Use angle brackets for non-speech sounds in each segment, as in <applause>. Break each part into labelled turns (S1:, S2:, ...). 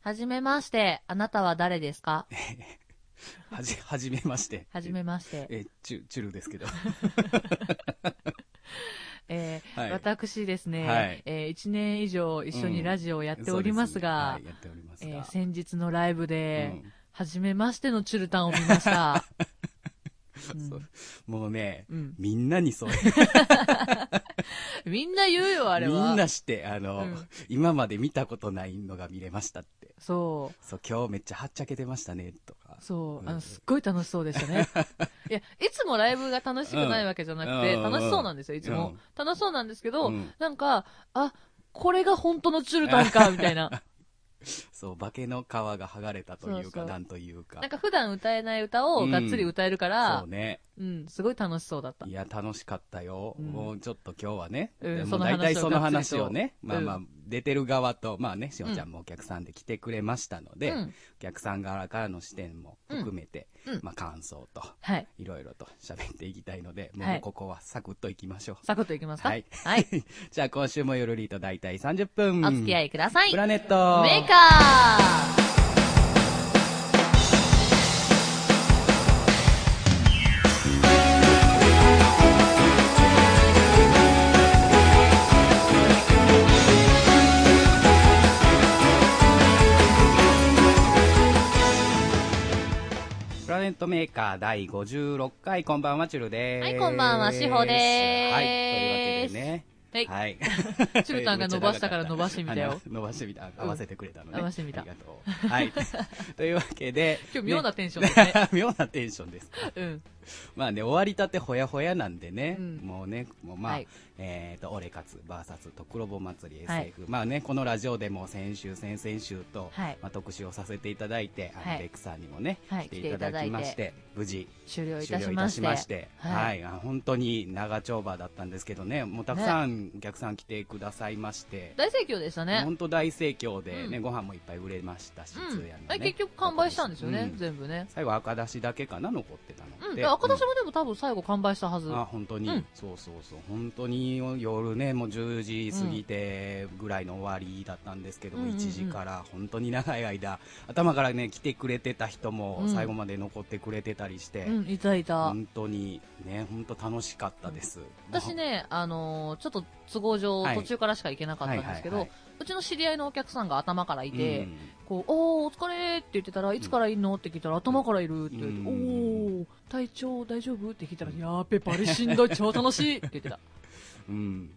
S1: はじめまして、あなたは誰ですか
S2: はじ、 <laughs> はじめまして。
S1: はじめまして。
S2: <laughs> えー、チュ、チュルです
S1: <laughs>
S2: けど。
S1: えー
S2: はい
S1: 私ですね、
S2: はい
S1: え1年以上一緒にラジオをやっておりますが、
S2: そうですねはい、やっております
S1: え
S2: が。
S1: ー先日のライブで、
S2: うん
S1: はじめましてのチュルタンを見ま
S2: <laughs>
S1: した。うん
S2: そうもうね、
S1: うん
S2: みんなにそう、
S1: みんな言う <laughs> よ、あれ
S2: み
S1: は。
S2: んなして、あの、
S1: うん
S2: 今まで見たことないのが見れましたって。
S1: そ
S2: そう、今日めっちゃはっちゃけてましたね、とか
S1: う。。そうう。
S2: ん
S1: あの、すっごい楽しそうでした
S2: <laughs>
S1: ね。いや、いつもライブが楽しくないわけじゃなくて、
S2: うん
S1: 楽しそうなんですよ、いつも。楽しそうなんですけど、
S2: うん
S1: なんか、あ、これが本当のチュルタン
S2: <laughs>
S1: か、みたいな。
S2: そう、化けの皮が剥がれたというか、
S1: そうそう
S2: なんというか。
S1: なんか普段歌えない歌をがっつり歌えるから、
S2: そうね。
S1: うん、すごい楽しそうだった
S2: い。や、楽しかったよ。
S1: うん
S2: もうちょっと今日はね。
S1: うん
S2: も
S1: そうの
S2: 大体その話をね。
S1: 話
S2: ま
S1: をがっつりと
S2: あま
S1: う
S2: あ、出てる側と、まあね、しおちゃんもお客さんで来てくれましたので、
S1: うん
S2: お客さん側からの視点も含めて、
S1: うんうん
S2: まあ感想と、
S1: はい。
S2: いろいろと喋っていきたいので、も
S1: は
S2: う
S1: い
S2: ここはサクッといきましょう。
S1: サクッといきますか
S2: はい <laughs>
S1: はい。
S2: じゃあ今週もよるりと大体30分。
S1: お付き合
S2: い。
S1: いください。
S2: プ
S1: メ
S2: ラネット。
S1: ーカー
S2: プラネットメーカー第56回、こんばんは、チュルです。
S1: はいこんばんはしほです
S2: はい、というわけでね。
S1: はい
S2: <laughs> はい。
S1: チュルタンが伸ばしたから伸ばしてみたよ
S2: <laughs> あの伸ばしてみた。合わせてくれたのね。
S1: 合わせてみた
S2: ありがと
S1: <laughs>
S2: う。はい。というわけで。
S1: 今日妙なテンション
S2: ね <laughs>
S1: ですね。
S2: 妙なテンションですか。
S1: うん。
S2: まあね、終わりたてほやほやなんでね、
S1: うん
S2: もうね、もう <laughs> まあ、
S1: はい
S2: えっ、と、俺勝つ、バーサス、とくろぼ祭り SF、
S1: はい
S2: まあね、このラジオでも先週、先々週と、
S1: はい
S2: まあ、特集をさせていただいて、あ
S1: は
S2: の、
S1: い
S2: レックさんにもね、
S1: はい
S2: 来ていただきまし
S1: 来て
S2: て、無事、
S1: 終了い
S2: 終
S1: たし
S2: 了い
S1: ま
S2: た
S1: して。
S2: しまして、
S1: は
S2: はい、あ本当に長丁場だったんですけどね、もうたくさんお客さん来てくださいまして、
S1: 大盛況でしたね。
S2: 本当大盛況でね、
S1: うん
S2: ご飯もいっぱい売れましたし、
S1: う
S2: 通
S1: ん
S2: 夜の。
S1: あれ
S2: ね
S1: 結局完売したんですよね、
S2: うん
S1: 全部ね。
S2: 最後赤出しだけかな残ってたの
S1: う
S2: っ
S1: ん。
S2: て、
S1: で赤出しもでも多分最後完売したはず。
S2: あ本当に、
S1: うん
S2: そうそうそう本当に夜ねもう10時過ぎてぐらいの終わりだったんですけど、
S1: うんうんうん
S2: 1時から本当に長い間頭からね来てくれてた人も
S1: うん
S2: 最後まで残ってくれてたりして、
S1: うん、いたいた。
S2: 本当にね本当楽しかったです、
S1: 私ね、あのーちょっと都合上、
S2: はい
S1: 途中からしか行けなかったんですけど、
S2: はいはいう
S1: ちの知り合いのお客さんが頭からい
S2: うん
S1: て、こう、おー、お疲れって言ってたら、いつからいんのって聞いたら、頭からいるって言われて、
S2: うん
S1: おー、体調大丈夫って聞いたら、やーべ、バレしんどい、超楽しいって言ってた。
S2: うん
S1: う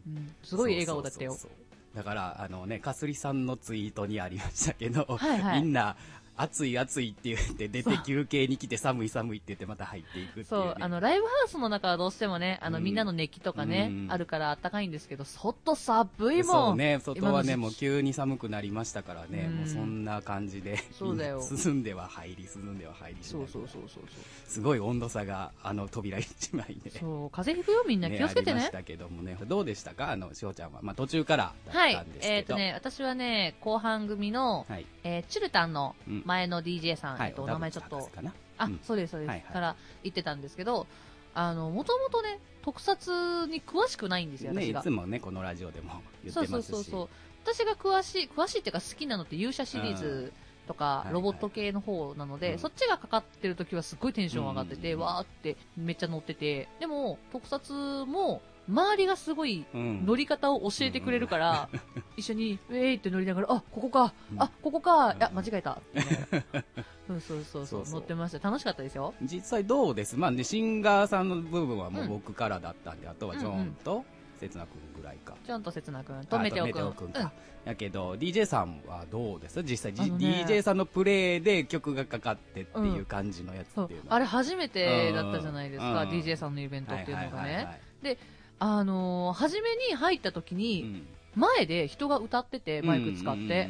S1: ん、すごい笑顔だったよ。
S2: そうそうそうそうだからあのねかすりさんのツイートにありましたけど、
S1: はいはい
S2: みんな暑い暑いって言って出て休憩に来て寒い寒いって言ってまた入っていくっていう、ね、
S1: そう、あの、ライブハウスの中はどうしてもね、あの、
S2: うん
S1: みんなの熱気とかね、
S2: うん
S1: あるからあったかいんですけど、外寒い
S2: そ
S1: も。
S2: うんね、外はね、
S1: 今の
S2: もう
S1: 時
S2: 急に寒くなりましたからね、
S1: うん
S2: もうそんな感じで、
S1: そうだ
S2: <laughs>
S1: よ
S2: 涼んでは入り、涼んでは入りし
S1: そ
S2: な
S1: う
S2: がら
S1: そうそうそう
S2: すごい温度差が、あの扉一枚で、
S1: そう。そう、風邪ひくよ、みんな。気をつけて
S2: ありま
S1: ね
S2: し。たけどもね、どうでしたか、あの、しおちゃんは。まあ途中から
S1: は
S2: だった
S1: い
S2: んで。す
S1: えっ、
S2: け
S1: と
S2: ど。
S1: ね、私はね、後半組の、
S2: はい。
S1: えーチュルタンの
S2: うん
S1: 前の DJ さん、
S2: は
S1: え
S2: い
S1: っと、お名前ちょっ
S2: お田
S1: と
S2: 渕、かな
S1: あ、
S2: うん
S1: そうです、そうです、
S2: はいはい
S1: から言ってたんですけど、あの、もともとね、特撮に詳しくないんですよ、
S2: ね、
S1: 私
S2: い
S1: が。
S2: つもね、このラジオでも言
S1: そ
S2: っ
S1: う
S2: て
S1: そう
S2: ますし。
S1: そうそう。私が詳しい、詳しいっていうか好きなのって勇者シリーズと
S2: うんは
S1: か
S2: いは、い
S1: ロボット系の方なので、
S2: うん
S1: そっちがかかってる時はすっごいテンション上がってて、
S2: うん
S1: わーってめっちゃ乗ってて、でも、特撮も、周りがすごい
S2: うん。
S1: 乗り方を教えてくれるから、一緒に、ウェーイって乗りながら、あ、ここか、
S2: うん
S1: あ、ここか、
S2: うん
S1: いや、間違えた。って言いなが
S2: <laughs>
S1: らうんそうそうそ、
S2: そううそ
S1: 乗
S2: う
S1: ってました。楽しかったですよ。
S2: 実際どうですまあね、シンガーさんの部分はもううん僕からだったんで、あとはジョンと、せつな君ぐらいか。
S1: ちゃんとせつなくん、とめておくん。
S2: あとメか、やけど DJ さんはどうです実際、じ
S1: あのね
S2: DJ さんのプレイで曲がかかってっていううん感じのやつ
S1: そ
S2: っ
S1: う
S2: ていうの
S1: あれ初めてだったじゃないですか、
S2: うん
S1: DJ さんのイベントっていうのが
S2: はいはいはい
S1: ね。
S2: はい
S1: あのー、初めに入った時
S2: う
S1: に、
S2: ん
S1: 前で人が歌ってて、マイク使って、あれ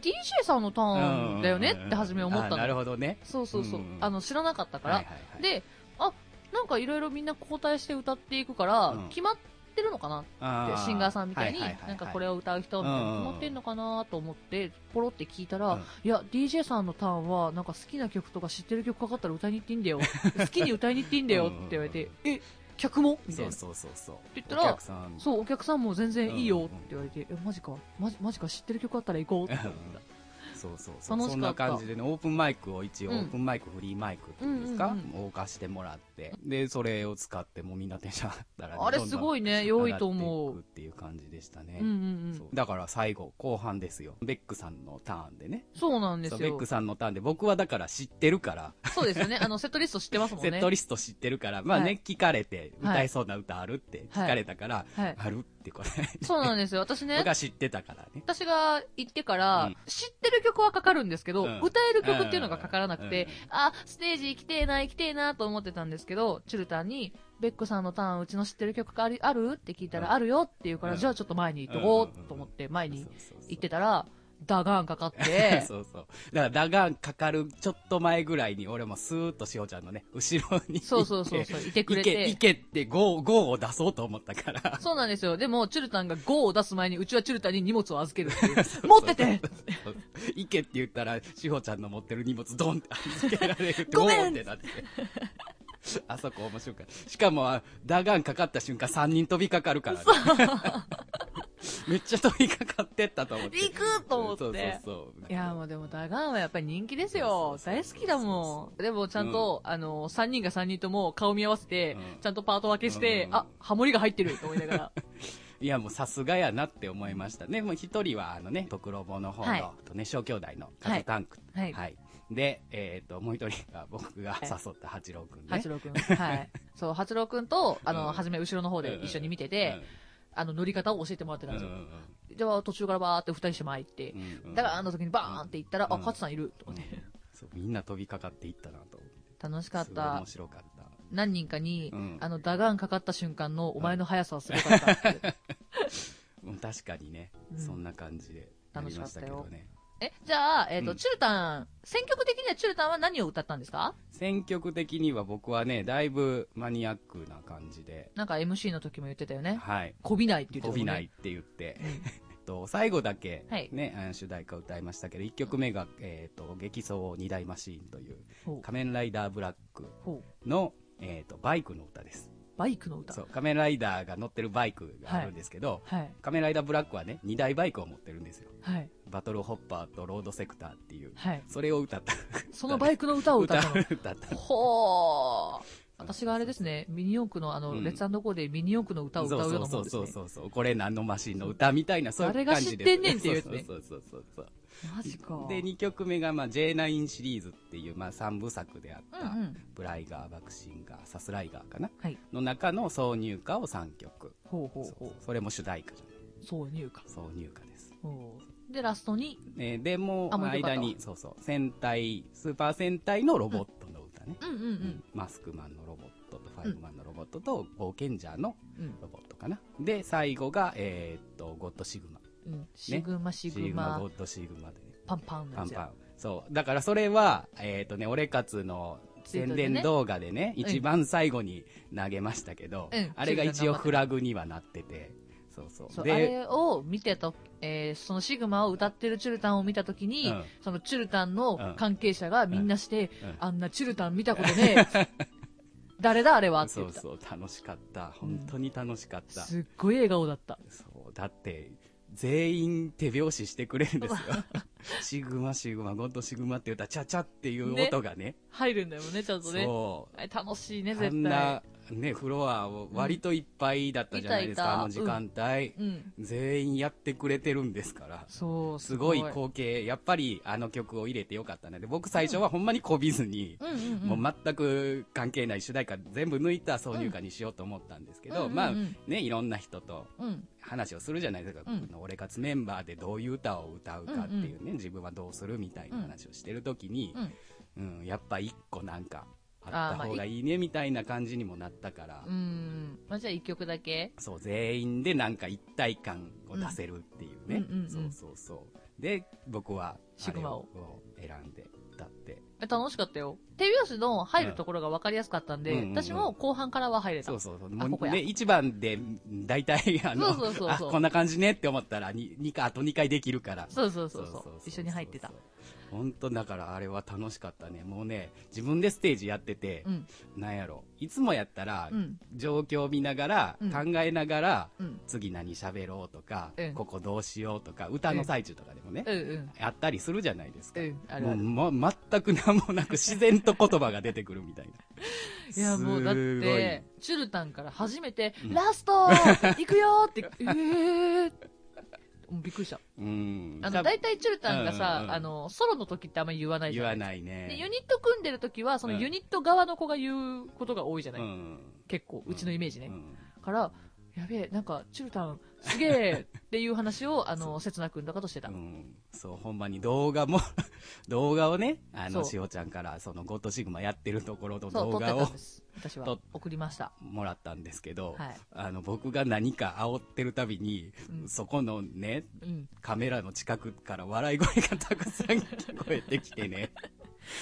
S1: ?DJ さんのタ
S2: うんうんうん
S1: ーンだよねって初め思っ
S2: あ
S1: た
S2: なる
S1: の。
S2: ほどね
S1: そうそうそう
S2: うんう。ん
S1: あの、知らなかったから
S2: はい。はいはい
S1: で、あ、なんかいろいろみんな交代して歌っていくから
S2: うん、
S1: 決まってるのかな
S2: あ
S1: っ
S2: ー
S1: てシンガーさんみたいに、
S2: はははは
S1: なんかこれを歌う人みたいなの決まってんのかなと思って、ポロって聞いたら、
S2: うん
S1: いや、DJ さんのターンは、なんか好きな曲とか知ってる曲かかったら歌いに行っていいんだ
S2: <laughs>
S1: よ。好きに歌いに行っていいんだよって言われて、え、客もみたい
S2: そ
S1: な
S2: う。そうそうそう
S1: 言ったら
S2: お客さん
S1: そう、お客さんも全然いいよって言われて、え、マジか、マジマジか知ってる曲あったら行こうって思っ
S2: うん
S1: た。
S2: そうそうそう
S1: 楽しかった
S2: そんな感じでねオープンマイクを一応、
S1: うん
S2: オープンマイクフリーマイクっていうんです
S1: う
S2: か、
S1: んうん
S2: を貸してもらってでそれを使ってもうみんなテンション上がったらね、
S1: あれ
S2: どんど
S1: す
S2: ん
S1: ごいね良いと思
S2: 上が
S1: う
S2: っていくっていう感じでしたね、
S1: うんうんうん
S2: そ
S1: そうう
S2: だから最後後半ですよベックさんのターンでね
S1: なんで
S2: そう
S1: す
S2: ベッ
S1: よ
S2: クさんのターンで僕はだから知ってるから、
S1: そうですよねあのセットリスト知ってますもん
S2: <laughs> セ
S1: ね
S2: ットリスト知ってるからまあね、
S1: はい
S2: 聞かれて
S1: はい
S2: 歌えそうな歌あるって聞かれたから、
S1: はい
S2: あるってこれ
S1: そうなんですよ私ね
S2: 僕は知ってたからね
S1: 私が行ってから、
S2: うん
S1: 知ってる曲はかかるんですけど、
S2: うん
S1: 歌える曲っていうのがかからなくて、
S2: うんうん
S1: あ、ステージ行きてえな、行きてえなと思ってたんですけど、チュルタンに、ベックさんのターン、うちの知ってる曲ありあるって聞いたら、
S2: うん
S1: あるよって言うから、
S2: うん
S1: じゃあちょっと前に行っとこ
S2: うんうんうん
S1: うと思って、前に
S2: そうそうそう
S1: 行ってたら、ダガーンかかって、
S2: <laughs> そうそう。だから、ダガンかかるちょっと前ぐらいに、俺もスーッとしおちゃんのね、後ろに行って。
S1: そうそうそうそう、いてく
S2: い
S1: れ
S2: け、い
S1: て。
S2: けって、ゴー、ゴーを出そうと思ったから。
S1: そうなんですよ。でも、チュルタンが GO を出す前に、うちはチュルタンに荷物を預けるって
S2: <laughs>
S1: いう
S2: う
S1: 持ってて
S2: そういけって言ったら、しほちゃんの持ってる荷物、ドンって預けられるって、
S1: ごめん
S2: ゴーってなって。あそこ面白かった。しかも、あダガンかかった瞬間、3人飛びかかるからね。 <laughs> めっちゃ飛びかかってったと思って。
S1: 行くと思って
S2: そうそうそう。
S1: いやもうでもダガンはやっぱり人気です
S2: そ
S1: よ
S2: う。そうそう
S1: 大
S2: そう
S1: 好きだもん。でもちゃんと、あの、3人が3人とも顔見合わせて、
S2: うん
S1: ちゃんとパート分けして、
S2: うん
S1: あ、ハモリが入ってると思いなが
S2: <laughs>
S1: ら。
S2: いやもうさすがやなって思いましたね。もう一人はあのね、とくろぼの方の、
S1: はい
S2: とね、小兄弟のカズタンク。
S1: は。
S2: はいで、えっ、と、もう一人が僕が
S1: い
S2: 誘った八郎くんね。
S1: 八郎
S2: <laughs>
S1: くん。はい。そう、八郎くんと、あ
S2: うん
S1: の、はじめ後ろの方で一緒に見てて、あの、乗り方を教えてもらって
S2: う
S1: た
S2: ん、うんん
S1: で
S2: う
S1: す
S2: ん
S1: よ。では途中からバーって2人して前行って
S2: う、んうん
S1: ダガンの時にバーンって行ったら、
S2: うん
S1: あ、勝さんいると思って。
S2: うんそうみんな飛びかかっていったなと思って。
S1: 楽しかっ
S2: すごい
S1: た
S2: 面。白かった。
S1: 何人かに
S2: うん、
S1: あの、ダガンかかった瞬間のお前の速さはすごかったって。
S2: うん確かにね、
S1: うん
S2: そんな感じで。なりましたけど
S1: 楽
S2: ね。
S1: え、じゃあ、えっ、と、
S2: うん
S1: チュルタン、選曲的にはチュルタンは何を歌ったんですか
S2: 選曲的には僕はね、だいぶマニアックな感じで、
S1: なんか MC の時も言ってたよね。
S2: はい。
S1: こびないって言ってた
S2: 飛
S1: もんね。
S2: びないって言って、 <laughs> えっと、最後だけ、
S1: はい
S2: ね、あの主題歌歌いましたけど、1曲目が、えっと、激走二大マシーンという、
S1: ほう。
S2: 仮面ライダーブラック
S1: ほ
S2: の、えっと、バイクの歌です。
S1: う。バイクの歌。
S2: そう、仮面ライダーが乗ってるバイクがあるんですけど、
S1: はい。
S2: 仮面ライダーブラックはね、2台バイクを持ってるんですよ。
S1: はい。
S2: バトルホッパーとロードセクターっていう、
S1: はい。
S2: それを歌った。
S1: そのバイクの歌を歌ったの。
S2: 歌った。
S1: ほー。私があれですね、ミニ四駆のあの、
S2: うん
S1: レッツゴーでミニ四駆の歌を歌うようなも
S2: そ
S1: ん
S2: う
S1: です
S2: そう
S1: ね。
S2: そうそうそうこれ何のマシンの歌みたいなそういう
S1: 誰が
S2: 感
S1: 知
S2: じ
S1: っ
S2: で
S1: てんねんっていうやつ
S2: そう
S1: ね
S2: そうそうそうそう
S1: マジか。
S2: で2曲目が、まあ、J9 シリーズっていう、まあ、3部作であっ
S1: う
S2: た、
S1: んうん。
S2: ブライガーバクシンガーサスライガーかな
S1: はい。
S2: の中の挿入歌を3曲
S1: ほうほ
S2: そう
S1: う
S2: そ
S1: ほ
S2: うそれも主題歌じ
S1: う。そう、入歌
S2: ゃ。ない挿入歌です、
S1: ほう。で、ラストに、
S2: えーでも
S1: あもう一曲あっ
S2: 間
S1: た
S2: にそうそう戦隊スーパー戦隊のロボットの歌ね、
S1: うんうんうん。
S2: マスクマンのロボットとファイブマンのロボットと冒険者の
S1: うん。
S2: ロボットかなで最後が、えーっとゴッドシグマ
S1: うん。シグマシグ
S2: ゴ
S1: マ、
S2: ッドシグマでね
S1: パンパンの
S2: パ
S1: や
S2: ン
S1: つ
S2: パ
S1: や。
S2: ン。そう。だからそれは、えっ、とね、俺活の宣伝動画でね、
S1: ツイートでね
S2: 一番最後に投げましたけど、
S1: うん
S2: あれが一応フラグにはなってて、そうそう。
S1: そうあ
S2: で、
S1: れを見てた、えーそのシグマを歌ってるチュルタンを見たときに、
S2: うん
S1: そのチュルタンの関係者がみんなして、
S2: うんうん
S1: あんなチュルタン見たことね
S2: <laughs>
S1: え。誰だあれはって
S2: そ
S1: 言っ
S2: う
S1: てた。
S2: そう、楽しかった。本当に楽しかった。
S1: すっごい笑顔だった。
S2: そう。だって、全員手拍子してくれるんですよ。 <laughs> シグマ、シグマ、ゴッドシグマって言ったら、チャチャっていう音がね。
S1: 入るんだよね、ちゃんとね。
S2: そう。
S1: あれ楽しいね、
S2: あん
S1: 絶対
S2: な。、ね、フロアを割といっぱいだったじゃないですか、あ
S1: う
S2: の
S1: んい
S2: 時
S1: たいた
S2: 間帯。
S1: うん。
S2: 全員やってくれてるんですから。
S1: そう、
S2: すごい光景、やっぱりあの曲を入れてよかったね。で、僕最初はほんまにこびずに、
S1: うんうんうん。
S2: もう全く関係ない主題歌全部抜いた挿入歌にしようと思ったんですけ
S1: う
S2: ど、
S1: んうんうん
S2: まあね、いろんな人と
S1: うん。
S2: 話をするじゃないですか。
S1: うん
S2: 俺活メンバーでどういう歌を歌うかっていうね、自分はどうするみたいな話をしてる時に
S1: う、ん。
S2: うん、やっぱ一個なんか
S1: あ
S2: あっ
S1: ー
S2: た
S1: まあ
S2: 方がいいねみたいな感じにもなったから、
S1: うん。まあ、じゃあ一曲だけ。
S2: そう、全員でなんか一体感を出せるっていうね。
S1: うんうんうんうん
S2: そうそうそう。で、僕は、
S1: シグマを
S2: あれを選んで歌って、
S1: え楽しかったよ。手拍子の入るところが分かりやすかったんで、
S2: うんうんうん
S1: 私も後半からは入れた。
S2: そうそうそう。
S1: あこ
S2: も
S1: こ
S2: う
S1: や
S2: ね、一番で、大体、あ
S1: そ
S2: の、
S1: うそうそう
S2: あ、
S1: そう
S2: こんな感じねって思ったら、に二回、あと2回できるから。
S1: そうそうそうそう一緒に入ってた。
S2: 本当だからあれは楽しかったね。もうね、自分でステージやってて
S1: う、ん。
S2: なんやろ。いつもやったら
S1: う、ん。
S2: 状況見ながら
S1: うん、
S2: 考えながら、
S1: うん。
S2: 次何喋ろうとか
S1: うん、
S2: ここどうしようとか、歌の最中とかでもね
S1: う、んうん。
S2: やったりするじゃないですか
S1: う。ん。ある
S2: も
S1: あ
S2: う、
S1: る。
S2: ま、全く何もなく自然と言葉が出てくるみたいな。
S1: <laughs> いや、もうだっ
S2: すごい
S1: て、チュルタンから初めて、
S2: うん
S1: ラス
S2: <laughs>
S1: ト行くよーって、えーってもうびっくりした。
S2: うん。
S1: あの、大体チュルタンが
S2: うん
S1: さ
S2: う、んうん
S1: あの、ソロの時ってあんまり言わないじ
S2: 言
S1: ゃな
S2: わ
S1: い
S2: ない
S1: で、
S2: ね。
S1: ユニット組んでる時は、その
S2: うん
S1: ユニット側の子が言うことが多いじゃない、
S2: うん
S1: 結構、うちのイメージね。
S2: うん
S1: から、やべえ、なんか、チュルタン、すげ
S2: <laughs>
S1: えっていう話を、あの、刹那君とかとしてた。
S2: うんそう、ほんまに動画も、 <laughs> 動画をね、あ
S1: そ
S2: の、
S1: う
S2: しおちゃんから、その、ゴッドシグマやってるところの
S1: そう、撮
S2: 動
S1: ってた
S2: 画
S1: ん
S2: を <laughs>
S1: です。私は
S2: と。
S1: 送りました。
S2: もらったんですけど、
S1: はい
S2: あの、僕が何か煽ってるたびに、
S1: うん
S2: そこのね、
S1: うん。
S2: カメラの近くから笑い声がたくさん聞こえてき
S1: <laughs>
S2: てね、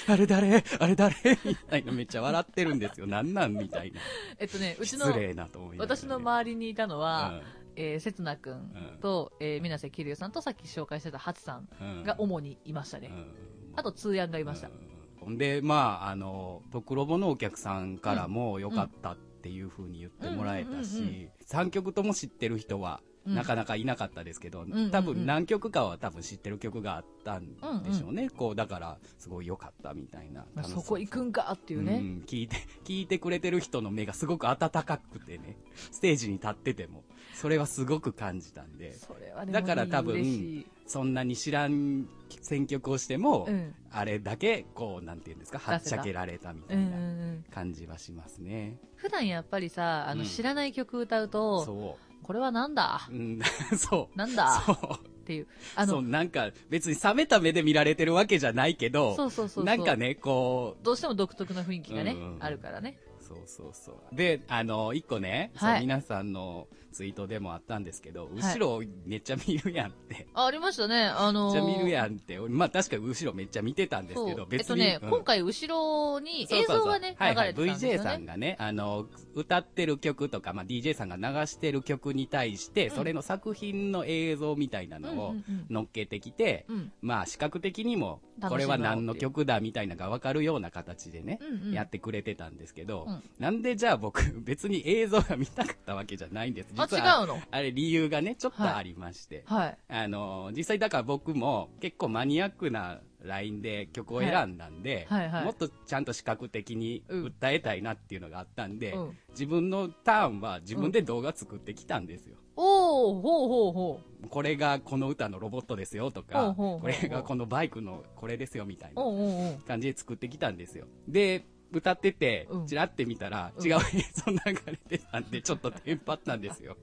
S2: あれ誰あれ誰みたいな、めっちゃ笑ってるんですよ。なんなんみたいな。
S1: えっとね、うちの、
S2: 失礼なと思いながらね
S1: 私の周りにいたのは、えー、せつなく
S2: うん
S1: んと、えー、水瀬桐生さんとさっき紹介してたハチさん
S2: うんうん
S1: が主にいましたね。
S2: うん
S1: あと、通夜がいました。
S2: うんほんで、まあ、あの、ドクロボのお客さんからも良かったっていう風に言ってもらえた
S1: うんうんうんうん
S2: し、3曲とも知ってる人は、
S1: うん
S2: なかなかいなかったですけど、
S1: んうんうん
S2: 多分何曲かは多分知ってる曲があったんでしょうね。こう、だから、すごい良かったみたいな。
S1: まあ、
S2: 楽し
S1: そ
S2: そ
S1: うこ行くんかっていう
S2: う
S1: ね。
S2: ん聞いて、 <laughs> 聞いてくれてる人の目がすごく温かくてね、ステージに立ってても、それはすごく感じたんで、
S1: それはね、
S2: だから多分
S1: 本当に嬉しい
S2: そんなに知らん選曲をしても、
S1: うん。
S2: あれだけ、こう、なんていうんですか、はっちゃけられたみた
S1: う
S2: い
S1: んうんう。
S2: なん感じはしますね。
S1: 普段やっぱりさ、あ
S2: う
S1: の、
S2: ん
S1: 知らない曲歌うと、
S2: そ
S1: これはなんだ
S2: う。うん、 <laughs> そう。
S1: なんだ
S2: そう。
S1: っていう。あ
S2: そう、
S1: の、
S2: なんか、別に冷めた目で見られてるわけじゃないけど、
S1: そうそうそう。
S2: なんか。ね、こ
S1: どうしても独特な雰囲気がね
S2: うんう、ん
S1: あるからね。
S2: う、そうそうそう。で、あの、一個ね、
S1: はい
S2: そう皆さんのツイートでもあったんですけど、
S1: はい
S2: 後ろめっちゃ見るやんって。
S1: あ、ありましたね。あ
S2: め
S1: のー
S2: っちゃ見るやんって、俺まあ確かに後ろめっちゃ見てたんですけ
S1: そ
S2: ど、
S1: うえっ
S2: 別
S1: と
S2: に。
S1: ね、
S2: うん
S1: 今回後ろに映像がね、流
S2: は
S1: れ
S2: い
S1: て
S2: は
S1: た
S2: い
S1: んですよ
S2: VJ さん
S1: ね。
S2: がね、あの、歌ってる曲とか、まあ、DJ さんが流してる曲に対して、
S1: うん
S2: それの作品の映像みたいな
S1: うん
S2: の
S1: う
S2: を
S1: んうん
S2: 乗っけてきて、
S1: うん
S2: まあ、視覚的にも、こ
S1: 楽
S2: れ
S1: しんだろう
S2: は
S1: っていう
S2: 何の曲だみたいなのがわかるような形でね、
S1: うんうん
S2: やってくれてたんですけど、
S1: うん
S2: なんでじゃあ僕、別に映像が見たかったわけじゃないんです。
S1: あ、
S2: 実は、
S1: 違うの
S2: あれ理由がね、ちょっとありまして。
S1: はい。
S2: あの、実際だから僕も結構マニアックなラインで曲を選んだんで、
S1: はいはいはい
S2: もっとちゃんと視覚的に
S1: うん
S2: 訴えたいなっていうのがあったんで、
S1: うん
S2: 自分のターンは自分で動画作ってきたんですよ。
S1: おー、ほうほうほう。
S2: これがこの歌のロボットですよと
S1: ほうほ
S2: か、
S1: うほうほう
S2: これがこのバイクのこれですよみたいな
S1: おうおうおう。
S2: 感じで作ってきたんですよ。で、歌ってて
S1: うん、
S2: チラって見たら、
S1: うん
S2: 違う映像流れてたんで、ちょっとテンパったん
S1: <laughs>
S2: ですよ。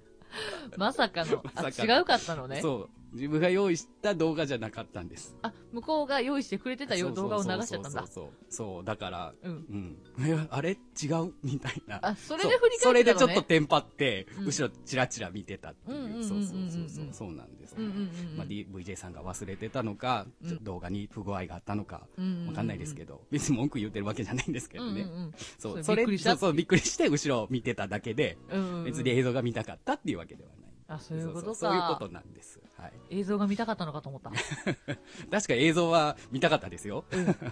S1: まさかの。あ、
S2: <laughs> まさかの
S1: 違うかったのね。
S2: そう。自分が用意した動画じゃなかったんです。
S1: あ、向こうが用意してくれてたよ動画を流しちゃったんだ。
S2: そうそうそうそうそうだから、
S1: うん。
S2: うん。えあれ違うみたいな。
S1: あ、それで振り
S2: そう
S1: 返って
S2: そ
S1: たのね。
S2: れでちょっとテンパって、
S1: うん
S2: 後ろチラチラ見てたってい
S1: うんうんうんうんう
S2: う。
S1: ん
S2: そうそうそうそう。そうなんです、
S1: うんうんうん
S2: まあ、D- VJ さんが忘れてたのか、ちょっと動画に不具合があったのか、
S1: うん
S2: わかんないですけど、別に文句言ってるわけじゃないんですけ
S1: う
S2: ど
S1: んうん
S2: ね。
S1: うん
S2: そ、
S1: そうれ
S2: それ、
S1: びっくりし
S2: そ
S1: た
S2: うそう、びっくりして後ろを見てただけで、
S1: うんうんうん
S2: 別に映像が見たかったっていうわけではない。
S1: あ、そういうこと
S2: そうそうそういうこ
S1: か
S2: と。なんです。はい。
S1: 映像が見たかったのかと思
S2: <laughs>
S1: った。
S2: 確か映像は見たかったですよ。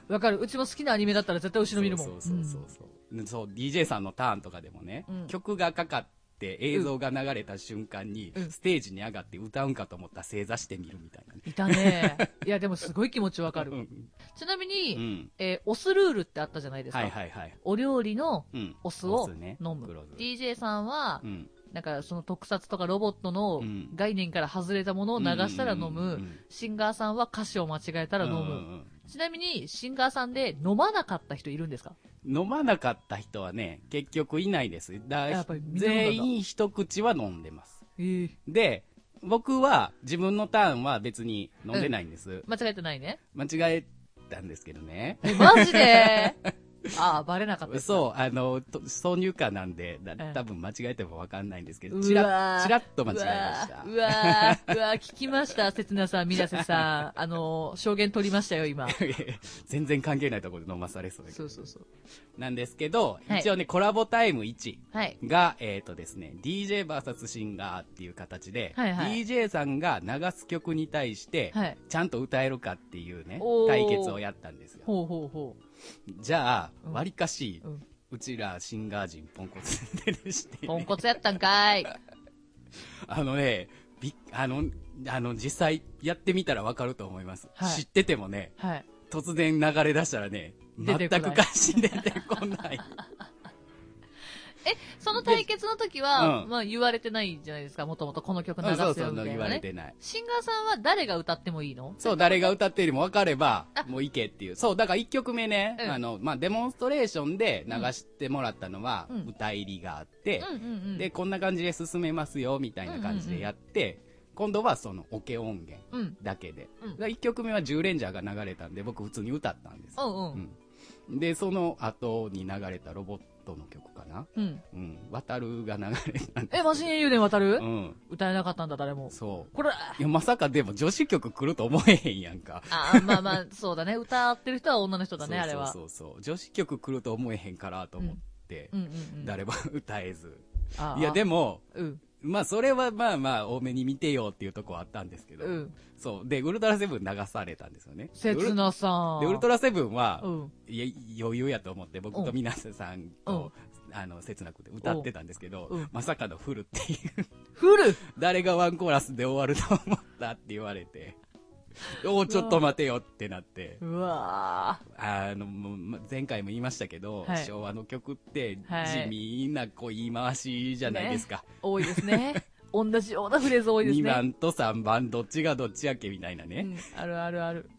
S1: わかる。うちも好きなアニメだったら絶対後ろ見るもん。
S2: そうそうそうそう,、そう DJ さんのターンとかでもね、
S1: うん
S2: 曲がかかって映像が流れた瞬間に、
S1: うん
S2: ステージに上がって歌うんかと思ったら正座してみるみたいなね
S1: うんいたね。いや、でもすごい気持ちわか
S2: う
S1: る。
S2: ん、
S1: ちなみ
S2: う
S1: に、
S2: ん
S1: えー、オスルールってあったじゃないです
S2: はい
S1: か。
S2: はいはい、
S1: お料理の
S2: うん、
S1: お酢を
S2: 酢ね
S1: 飲む
S2: 黒酢。
S1: DJ さんは
S2: う、ん
S1: なんかその特撮とかロボットの
S2: うん
S1: 概念から外れたものを流したら飲
S2: うんうんうんう
S1: む
S2: ん。
S1: シンガーさんは歌詞を間違えたら飲
S2: うんう
S1: む。
S2: ん
S1: ちなみに、シンガーさんで飲まなかった人いるんですか
S2: うん飲まなかった人はね結局いないですだ
S1: やっぱりみんな飲んだんだ
S2: 全員一口は飲んでます
S1: ええ。
S2: で僕は自分のターンは別に飲んでないんです、
S1: 間違えてないね。
S2: 間違えたんですけどね
S1: えマジで <laughs> ああ、バレなかったですか
S2: そう、あの、と挿入歌なんで、だ
S1: ええ
S2: 多分間違えてもわかんないんですけ
S1: う
S2: ど、
S1: わ
S2: ちら
S1: ー
S2: ちらっと間違えまし
S1: う
S2: た。
S1: わーうわーうわー聞きました、せつなさん、水瀬さん。あのー、証言取りましたよ、
S2: <laughs>
S1: 今。
S2: 全然関係ないところで飲まされそうだけ
S1: そ
S2: ど
S1: うそうそう。
S2: なんですけど、
S1: はい
S2: 一応ね、コラボタイム1
S1: はい。
S2: が、えっ、とですね、DJVS シンガーっていう形で、
S1: はいはい
S2: DJ さんが流す曲に対して、
S1: はい。
S2: ちゃんと歌えるかっていうね
S1: お、ー
S2: 対決をやったんですよ。
S1: ほうほうほ
S2: <laughs> じゃ
S1: う
S2: あ、
S1: ん
S2: わりかし、
S1: う。うん。
S2: うちらシンガー人ポンコツでして、
S1: ポンコツやったんかい。
S2: あのね、びあの、あの、実際やってみたらわかると思います、
S1: はい
S2: 知っててもね、
S1: はい。
S2: 突然流れ出したらね、
S1: 出
S2: 全
S1: て
S2: く
S1: こない
S2: 関心出て
S1: <laughs>
S2: こない。
S1: その対決の時は、
S2: うん
S1: まあ言われてないじゃないですか、もともとこの曲流す
S2: そ
S1: よ
S2: う
S1: みた
S2: そ、
S1: いうな、ね。
S2: 言われてない。
S1: シンガーさんは誰が歌ってもいいの
S2: そう、誰が歌ってよりも分かれば
S1: あ、
S2: もういけっていう。そう、だから1曲目ね、
S1: うん
S2: あの、まあ、デモンストレーションで流してもらったのは
S1: うん、
S2: 歌入りがあって、
S1: うんうんうん。
S2: で、こんな感じで進めますよ、みたいな感じでやって、今度はその、オケ音源
S1: うん。
S2: だけで。
S1: うん
S2: だから1曲目は10レンジャーが流れたんで、僕普通に歌ったんです。
S1: うんうん。
S2: うんで、その後に流れたロボットの曲かな
S1: うん。
S2: うん。渡るが流れたんで
S1: え、マシン英雄伝渡る、
S2: うん。
S1: 歌えなかったんだ、誰も。
S2: そう。
S1: これ、
S2: いや、まさかでも女子曲来ると思えへんやんか。
S1: あー、まあまあ、そう
S2: <laughs>
S1: だね。歌ってる人は女の人だね、あれは。
S2: そうそうそう。女子曲来ると思えへんからと思って、
S1: うんうんうん。
S2: 誰も <laughs> 歌えず。
S1: あー
S2: いや、でも、
S1: うん。
S2: まあ、それはまあまあ、多めに見てよっていうとこはあったんですけど、
S1: うん。
S2: そう。で、ウルトラセブン流されたんですよね。
S1: せ
S2: でウ
S1: つ
S2: ル
S1: なさん。
S2: で、ウルトラセブンは、
S1: うん。
S2: いや余裕やと思って、僕と皆さんと、あの、切なくて歌ってたんですけど
S1: うん、
S2: まさかのフルっていう、 <laughs>
S1: フル
S2: 誰がワンコーラスで終わると思ったって言われて、おうちょっと待てよってなって、
S1: うわ
S2: あの、もうま前回も言いましたけど、
S1: はい
S2: 昭和の曲って
S1: はい
S2: 地味なこう言い回しじゃないですか。
S1: ー多いですね。
S2: <laughs>
S1: 同じようなフレーズ多いです
S2: 2
S1: ね。
S2: 番と3番どっちがどっちやっけみたいな
S1: う
S2: ね。
S1: ん。あるあるある。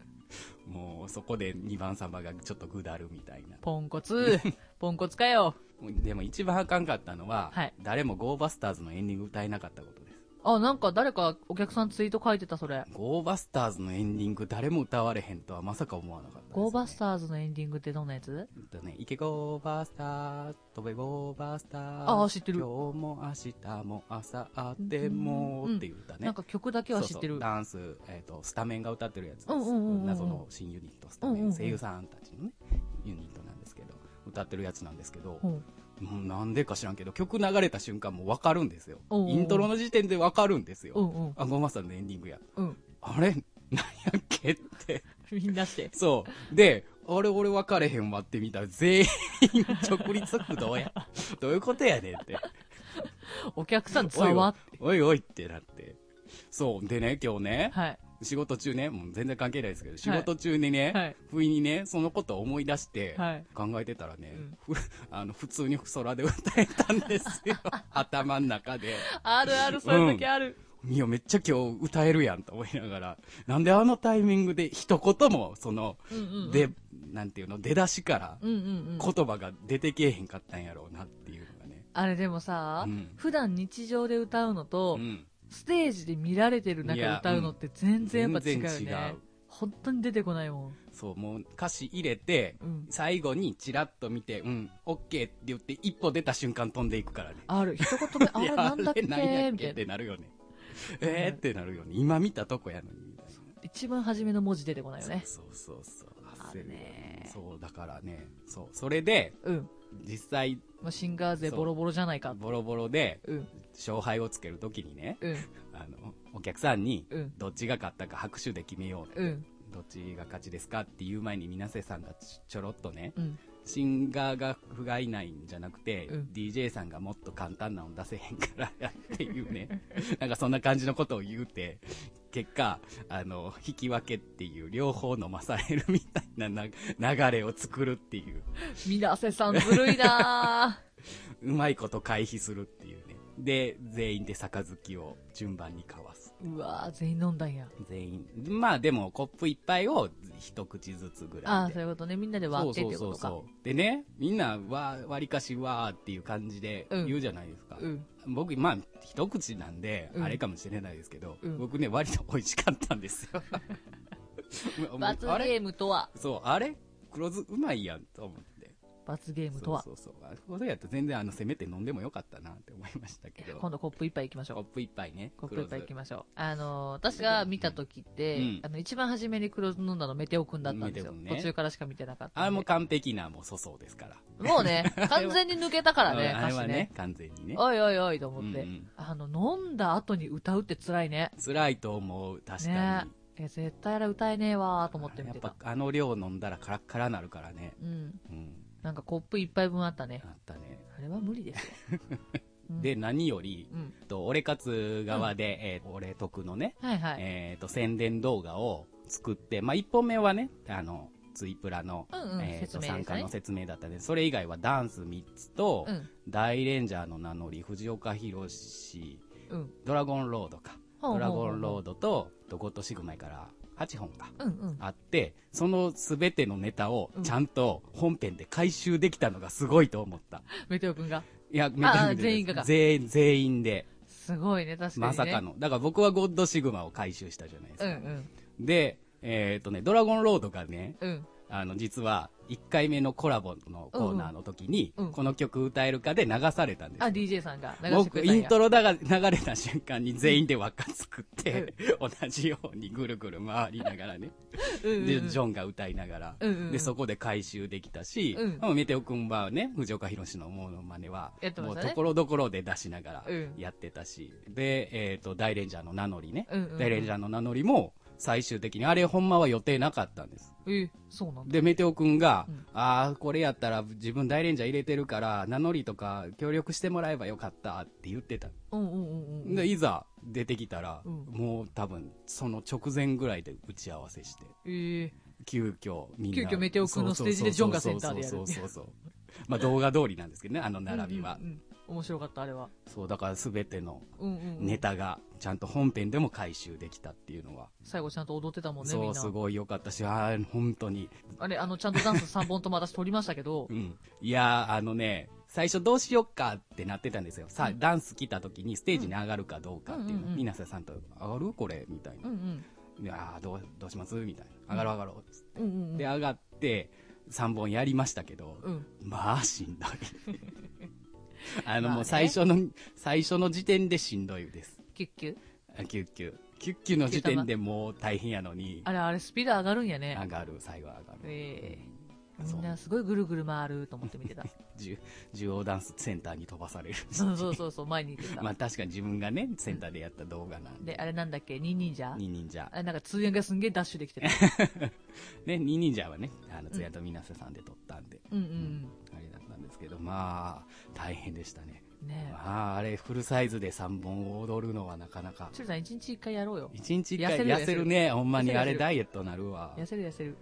S2: もうそこで2番3番がちょっとぐだるみたいな。
S1: ポンコ
S2: <laughs>
S1: ツ。ポンコツかよ。
S2: もうでも一番あかんかったのは、
S1: はい
S2: 誰もゴーバスターズのエンディング歌えなかったことです。
S1: あ、なんか誰かお客さんツイート書いてた、それ。
S2: ゴーバスターズのエンディング誰も歌われへんとはまさか思わなかったです、ね。
S1: ゴーバスターズのエンディングってどんなやつ
S2: えっとね、イケゴーバスターズ、飛べゴーバスターズ。
S1: あー知ってる
S2: 今日も明日も朝あっても
S1: うん
S2: っていう歌ね。
S1: なんか曲だけは知って
S2: そうそう
S1: る。
S2: ダンス、えーと、スタメンが歌ってるやつです。
S1: うんうんうんうん
S2: 謎の新ユニット、スタ
S1: うん
S2: メ
S1: うんうん
S2: ン、声優さんたちのね、ユニットなんですけど、歌ってるやつなんですけど、
S1: うん
S2: もうなんでか知らんけど、曲流れた瞬間もうわかるんですよ。
S1: うんうんうん
S2: イントロの時点でわかるんです
S1: う
S2: よ。
S1: んうん。
S2: あ、ゴマさんのエンディングや。
S1: うん。
S2: あれなんやっけって。
S1: みんなして。
S2: そう。で、あれ俺分かれへんわって見たら全員直立不
S1: <laughs>
S2: 動や。どういうことやねんって。
S1: お客
S2: <laughs>
S1: さんざ
S2: おい
S1: わ
S2: おい
S1: っ。
S2: おいおいってなって。そう。でね、今日ね、
S1: はい。
S2: 仕事中ね、もう全然関係ないですけど、仕事中にね、
S1: はい
S2: 不意にね、そのことを思い出して、
S1: はい
S2: 考えてたらね、
S1: う
S2: ふ <laughs> あの普通に空で歌えたんです
S1: <laughs>
S2: よ。頭の中で。
S1: あるある、そういう時ある。
S2: いや、めっちゃ今日歌えるやんと思いながら、なんであのタイミングで一言も、その、
S1: うんうんうん。
S2: で、なんていうの、出だしから、
S1: うんうんうん。
S2: 言葉が出てけえへんかったんやろうなっていうのがね。
S1: あれでもさ、
S2: うん
S1: 普段日常で歌うのと、
S2: うん。
S1: ステージで見られてる
S2: い
S1: 中
S2: や
S1: 歌うのって全然やっぱ違うよ
S2: 全然違
S1: ね
S2: う。
S1: 本当に出てこないもん。
S2: そう、もう歌詞入れて、 <laughs>
S1: うん
S2: 最後にチラッと見て、うん、オッケーって言って、一歩出た瞬間飛んでいくからね。
S1: ある。一言目、あれ
S2: いや
S1: なんだっけみ
S2: あれなんやっけ
S1: た
S2: っ
S1: いな。
S2: てなるよね。えーってなるよね。今見たとこやのに、みたいな。
S1: 一番初めの文字出てこないよね。
S2: そうそうそうそう。
S1: あるね
S2: 焦るよそう、だからね、そう、それで、
S1: うん。
S2: 実際、
S1: まあ、シンガー勢ボロボロじゃないか。
S2: ボロボロで、
S1: うん。
S2: 勝敗をつけるときにね、
S1: うん。
S2: あの、お客さんに
S1: うん、
S2: どっちが勝ったか拍手で決めようって
S1: うん。
S2: どっちが勝ちですかっていう前に、水瀬さんがちちょろっとね、 <laughs>
S1: うん。
S2: シンガーが不甲斐ないんじゃなくて、
S1: うん
S2: DJ さんがもっと簡単なの出せへんからやっていうね、 <laughs> なんかそんな感じのことを言うて、結果、あの、引き分けっていう、両方飲まされるみたいなな流れを作るっていう、
S1: みなせさんずるいなぁ
S2: うまいこと回避するっていうね。で、全員で杯を順番に交わす。
S1: うわぁ、全員飲んだんや。
S2: 全員。まあでも、コップ一杯を一口ずつぐらいで。
S1: ああ、そういうことね。みんなで割ってってことか。
S2: う。でね、みんな、わ、割りかしわーっていう感じで
S1: うん
S2: 言うじゃないですか。
S1: うん。
S2: 僕、まあ、一口なんで、
S1: うん
S2: あれかもしれないですけど、
S1: うん
S2: 僕ね、割と美味しかったんです
S1: <laughs>
S2: よ。
S1: 罰ゲ
S2: あれ
S1: ームとは。
S2: そう、あれ黒酢うまいやんと思って。
S1: 罰ゲームとは
S2: そうそうそうあこれやと全然あのせめて飲んでもよかったなって思いましたけど
S1: 今度コップ一杯いきましょ
S2: コッ
S1: う
S2: プ一杯ね
S1: コップ一杯いき
S2: ま
S1: ましょうあのー私が見た時って、
S2: うん
S1: あの一番初めに黒酢飲んだのメテオくんだったんですよ、
S2: メテオくんね
S1: 途中からしか見てなかったん
S2: あ
S1: で
S2: れも完璧なもう粗相ですから
S1: もう
S2: <laughs>
S1: ね完全に抜けたからね
S2: うんあ
S1: 歌
S2: れ
S1: 詞
S2: は
S1: ね
S2: ね完全にね
S1: おいおいおいと思って、
S2: うんうん
S1: あの飲んだ後に歌うって辛いね
S2: 辛いと思う確かに、
S1: ねえ絶対あれ歌えねえわーと思って
S2: や
S1: 見
S2: ってぱ
S1: た
S2: あの量飲んだらカラッカラなるからね
S1: うん
S2: うん
S1: なんかコップ一杯分あったね
S2: あったね
S1: あれは無理ですよ、
S2: <laughs>
S1: うん
S2: で何より
S1: うん
S2: と俺活側で、えー俺得のね、
S1: はいはい、
S2: えーと宣伝動画を作って、まあ、1本目はねあのツイプラの、
S1: うんうん
S2: え
S1: 説明
S2: ーと
S1: ですね
S2: 参加の説明だったねそれ以外はダンス3つと、
S1: うん
S2: 大レンジャーの名乗り藤岡弘
S1: うん
S2: ドラゴンロードか
S1: ほ
S2: ド
S1: う
S2: ラ
S1: ほうほ
S2: ゴ
S1: う
S2: ンロードとドゴットシグマイから8本か
S1: うんうん
S2: あってその全てのネタをちゃんと本編で回収できたのがすごいと思った、
S1: メテオくんが
S2: いやめちゃめちゃ
S1: 全員がか
S2: 全員全員で、
S1: すごいね確かに、ね、
S2: まさかのだから僕はゴッドシグマを回収したじゃないですか、
S1: うんうん
S2: で、えっ、とね、ドラゴンロードがね、
S1: うん
S2: あの、実は、1回目のコラボのコーナーの時に、
S1: うんうん
S2: この曲歌えるかで流されたんです
S1: あ
S2: よ。
S1: DJ さんが流してく
S2: 僕、
S1: れたん
S2: イン
S1: や
S2: トロだが流れた瞬間に全員で輪っか作って、 <laughs> 同じようにぐるぐる回りながらね、
S1: うんうん
S2: で、ジョンが歌いながら、
S1: うんうんうん
S2: で、そこで回収できたし、
S1: うん
S2: でもメテオくんはね、藤岡弘のモノマネは
S1: やって、ま
S2: も
S1: し
S2: う
S1: たね
S2: ところどころで出しながら
S1: うん
S2: やってたし、で、えっ、と、大レンジャーの名乗りね、
S1: うんうんうん
S2: 大レンジャーの名乗りも、最終的に、あれほんまは予定なかったんです。
S1: えーそうなんだ
S2: で、メテオくんが、
S1: うん
S2: ああ、これやったら自分大レンジャー入れてるから、名乗りとか協力してもらえばよかったって言ってた。
S1: うんうんうんうん
S2: で、いざ出てきたら、
S1: うん
S2: もう多分、その直前ぐらいで打ち合わせして。
S1: えー
S2: 急遽みんな
S1: 急遽メテオ君のステージでジョンがセンターでやる
S2: そうそうそうそうそうまあ動画通りなんですけどねあの並びは、
S1: うんうんうん面白かったあれは
S2: そうだから全ての
S1: うんうんうん
S2: ネタがちゃんと本編でも回収できたっていうのは、
S1: 最後ちゃんと踊ってたもんねみ
S2: そ
S1: ん
S2: う
S1: な
S2: すごい良かったしああ本当に
S1: あれあのちゃんとダンス3本とも私撮りましたけど
S2: うんいやーあのね最初どうしよっかってなってたんですよ。さあ、
S1: うん
S2: ダンス来た時にステージに上がるかどうかっていう
S1: うん
S2: の。
S1: うんうん
S2: 皆、瀬さんと、上がるこれみたい
S1: うんうん
S2: な。いやーどう、どうしますみたいな。上がろう上がろ
S1: うんうんう
S2: う。
S1: ん
S2: で、上がって、3本やりましたけど、
S1: うん
S2: まあ、しんどい。
S1: <laughs>
S2: あ
S1: ま
S2: の、
S1: あね
S2: もう最初の、最初の時点でしんどいです。
S1: キュッキュ
S2: あキュッキュ。キュッキュの時点でもう大変やのに、
S1: あれあれスピード上がるんやね
S2: 上がる、最後上がる。
S1: ええ
S2: そ
S1: み
S2: うん
S1: なすごいぐるぐる回ると思って見て
S2: <laughs>
S1: た
S2: じゅ中央ダンスセンターに飛ばされるし。
S1: そうそうそうそう前に行ってた、
S2: <laughs> まあ確かに自分がね、センターでやった動画なんで。
S1: であれなんだっけニンニンジャー
S2: ニンニンジャ
S1: あ。れなんか通訳がすんげえダッシュできて
S2: <laughs>
S1: た
S2: ね、ニンニンジャはね、あの、つやとみなせさんで撮ったんで、
S1: うんうん
S2: あれだったんですけど、まあ、大変でしたね。
S1: うんね
S2: まあ、あれ、フルサイズで3本踊るのはなかなか
S1: え。ちゅるさん一日一回やろうよ
S2: 一日一回
S1: 痩せる
S2: 痩せるね、ほんまに
S1: 痩せる
S2: あれダイエットなるわ。
S1: 痩せる痩せる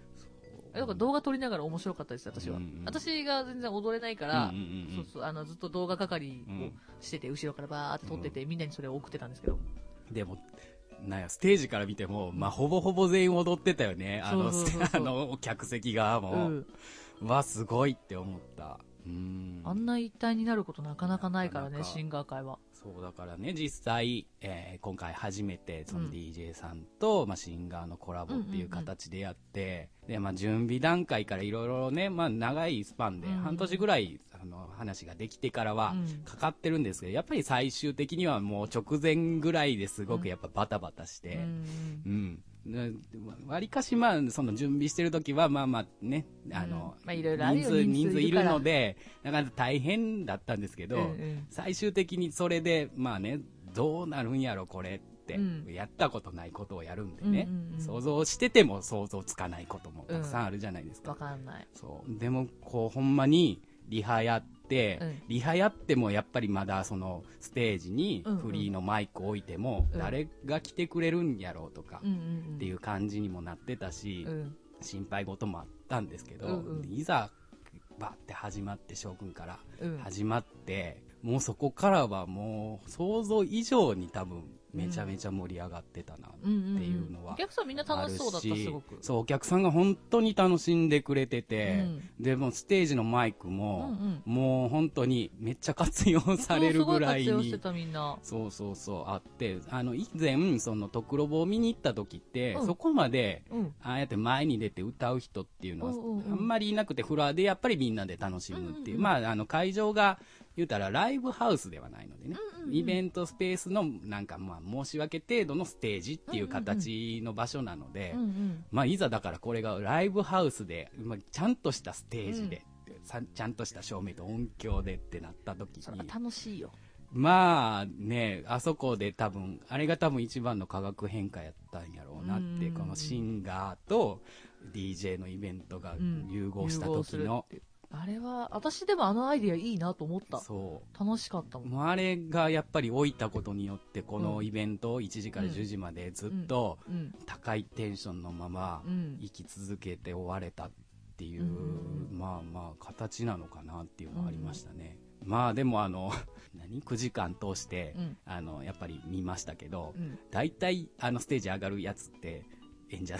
S2: う
S1: だから動画撮りながら面白かったです私は、
S2: うんうん
S1: 私が全然踊れないから、
S2: うんうんうんうん
S1: そうそうあのずっと動画係をしてて、後ろからバーって撮ってて、みんなにそれを送ってたんですけど
S2: でも、なんや、ステージから見ても、まあ、ほぼほぼ全員踊ってたよね。あの、
S1: そうそうそうそう
S2: <laughs> あの、客席側
S1: う
S2: も。
S1: ん
S2: わ、すごいって思った。うん。
S1: あんな一体になることなかなかないから
S2: な
S1: ね
S2: かなか
S1: シンガー界は
S2: そう、だからね、実際、えー今回初めて、そうの
S1: ん
S2: DJ さんと、まあ、シンガーのコラボっていう形でやって、で、まあ、準備段階からいろいろね、まあ、長いスパンで、
S1: うんうん
S2: 半年ぐらい、あの、話ができてからは、
S1: うん
S2: かかってるんですけど、やっぱり最終的にはもう直前ぐらいですごくやっぱバタバタして、
S1: うん
S2: うん。なわりかし、まあ、その準備してるときは、まあまあね、あの、
S1: うんまあいろいろあるよ
S2: 人数、
S1: 人
S2: 人
S1: 数
S2: 数
S1: い
S2: い
S1: るから
S2: るので、なかなか大変だったんですけど、
S1: うんうん
S2: 最終的にそれで、まあね、どうなるんやろ、これって、
S1: うん
S2: やったことないことをやるんでね、
S1: うんうんうん
S2: 想像してても想像つかないこともたくさんあるじゃないですか。
S1: わかんない
S2: そう。でも、こう、ほんまに、リハやって、
S1: うん
S2: リハやっても、やっぱりまだ、その、ステージに
S1: うんうん、
S2: フリーのマイク置いても、
S1: うん
S2: 誰が来てくれるんやろうとか
S1: うん、うんうん
S2: っていう感じにもなってたし、
S1: うん
S2: 心配事もあったんですけど、
S1: うんうん
S2: いざ、バって始まって、翔くんから
S1: うん
S2: 始まって、もうそこからはもう、想像以上に多分、めちゃめちゃ盛り上がってたなって
S1: うんうんん
S2: いうのは
S1: お客さんみんな
S2: あ
S1: 楽
S2: る
S1: し
S2: し
S1: そうだったすごく
S2: そうお客さんが本当に楽しんでくれてて、でもうステージのマイク
S1: うんう
S2: も、
S1: ん
S2: もう本当にめっちゃ活用されるぐらい
S1: すごい活用し
S2: に
S1: てたみんな
S2: そうそうそうあってあの以前その「トクロボ」を見に行った時って、
S1: うん
S2: そこまで
S1: うん
S2: ああやって前に出て歌う人っていうのは
S1: うんうんうん
S2: あんまりいなくてフロアでやっぱりみんなで楽しむっ
S1: うんう
S2: ていう、
S1: んうん
S2: まああの会場が言うたらライブハウスではないのでね、
S1: うんうんうん
S2: イベントスペースのなんかまあ申し訳程度のステージっていう形の場所なので、
S1: うんうん
S2: まあいざだからこれがライブハウスで、まあ、ちゃんとしたステージで、さちゃんとした照明と音響でってなった時
S1: それは
S2: に
S1: 楽しいよ
S2: まあねあそこで多分あれが多分一番の化学変化やったんやろうなって
S1: うん
S2: このシンガーと DJ のイベントが
S1: うん
S2: 融合した
S1: 融合す
S2: 時
S1: る
S2: の、
S1: あれは私でもあのアイディアいいなと思った
S2: そ
S1: 楽しかったも
S2: うんもうあれがやっぱり老いたことによってこ
S1: う
S2: の
S1: ん
S2: イベントを1時から10時までずっと
S1: うん
S2: 高いテンションのまま
S1: うん
S2: 生き続けて終われたっていう、
S1: うんうんうん
S2: まあまあ形なのかなっていうのはありましたね、まあでもあの <laughs> 何9時間通して、
S1: うん
S2: あのやっぱり見ましたけど、
S1: うん
S2: 大体あのステージ上がるやつって演者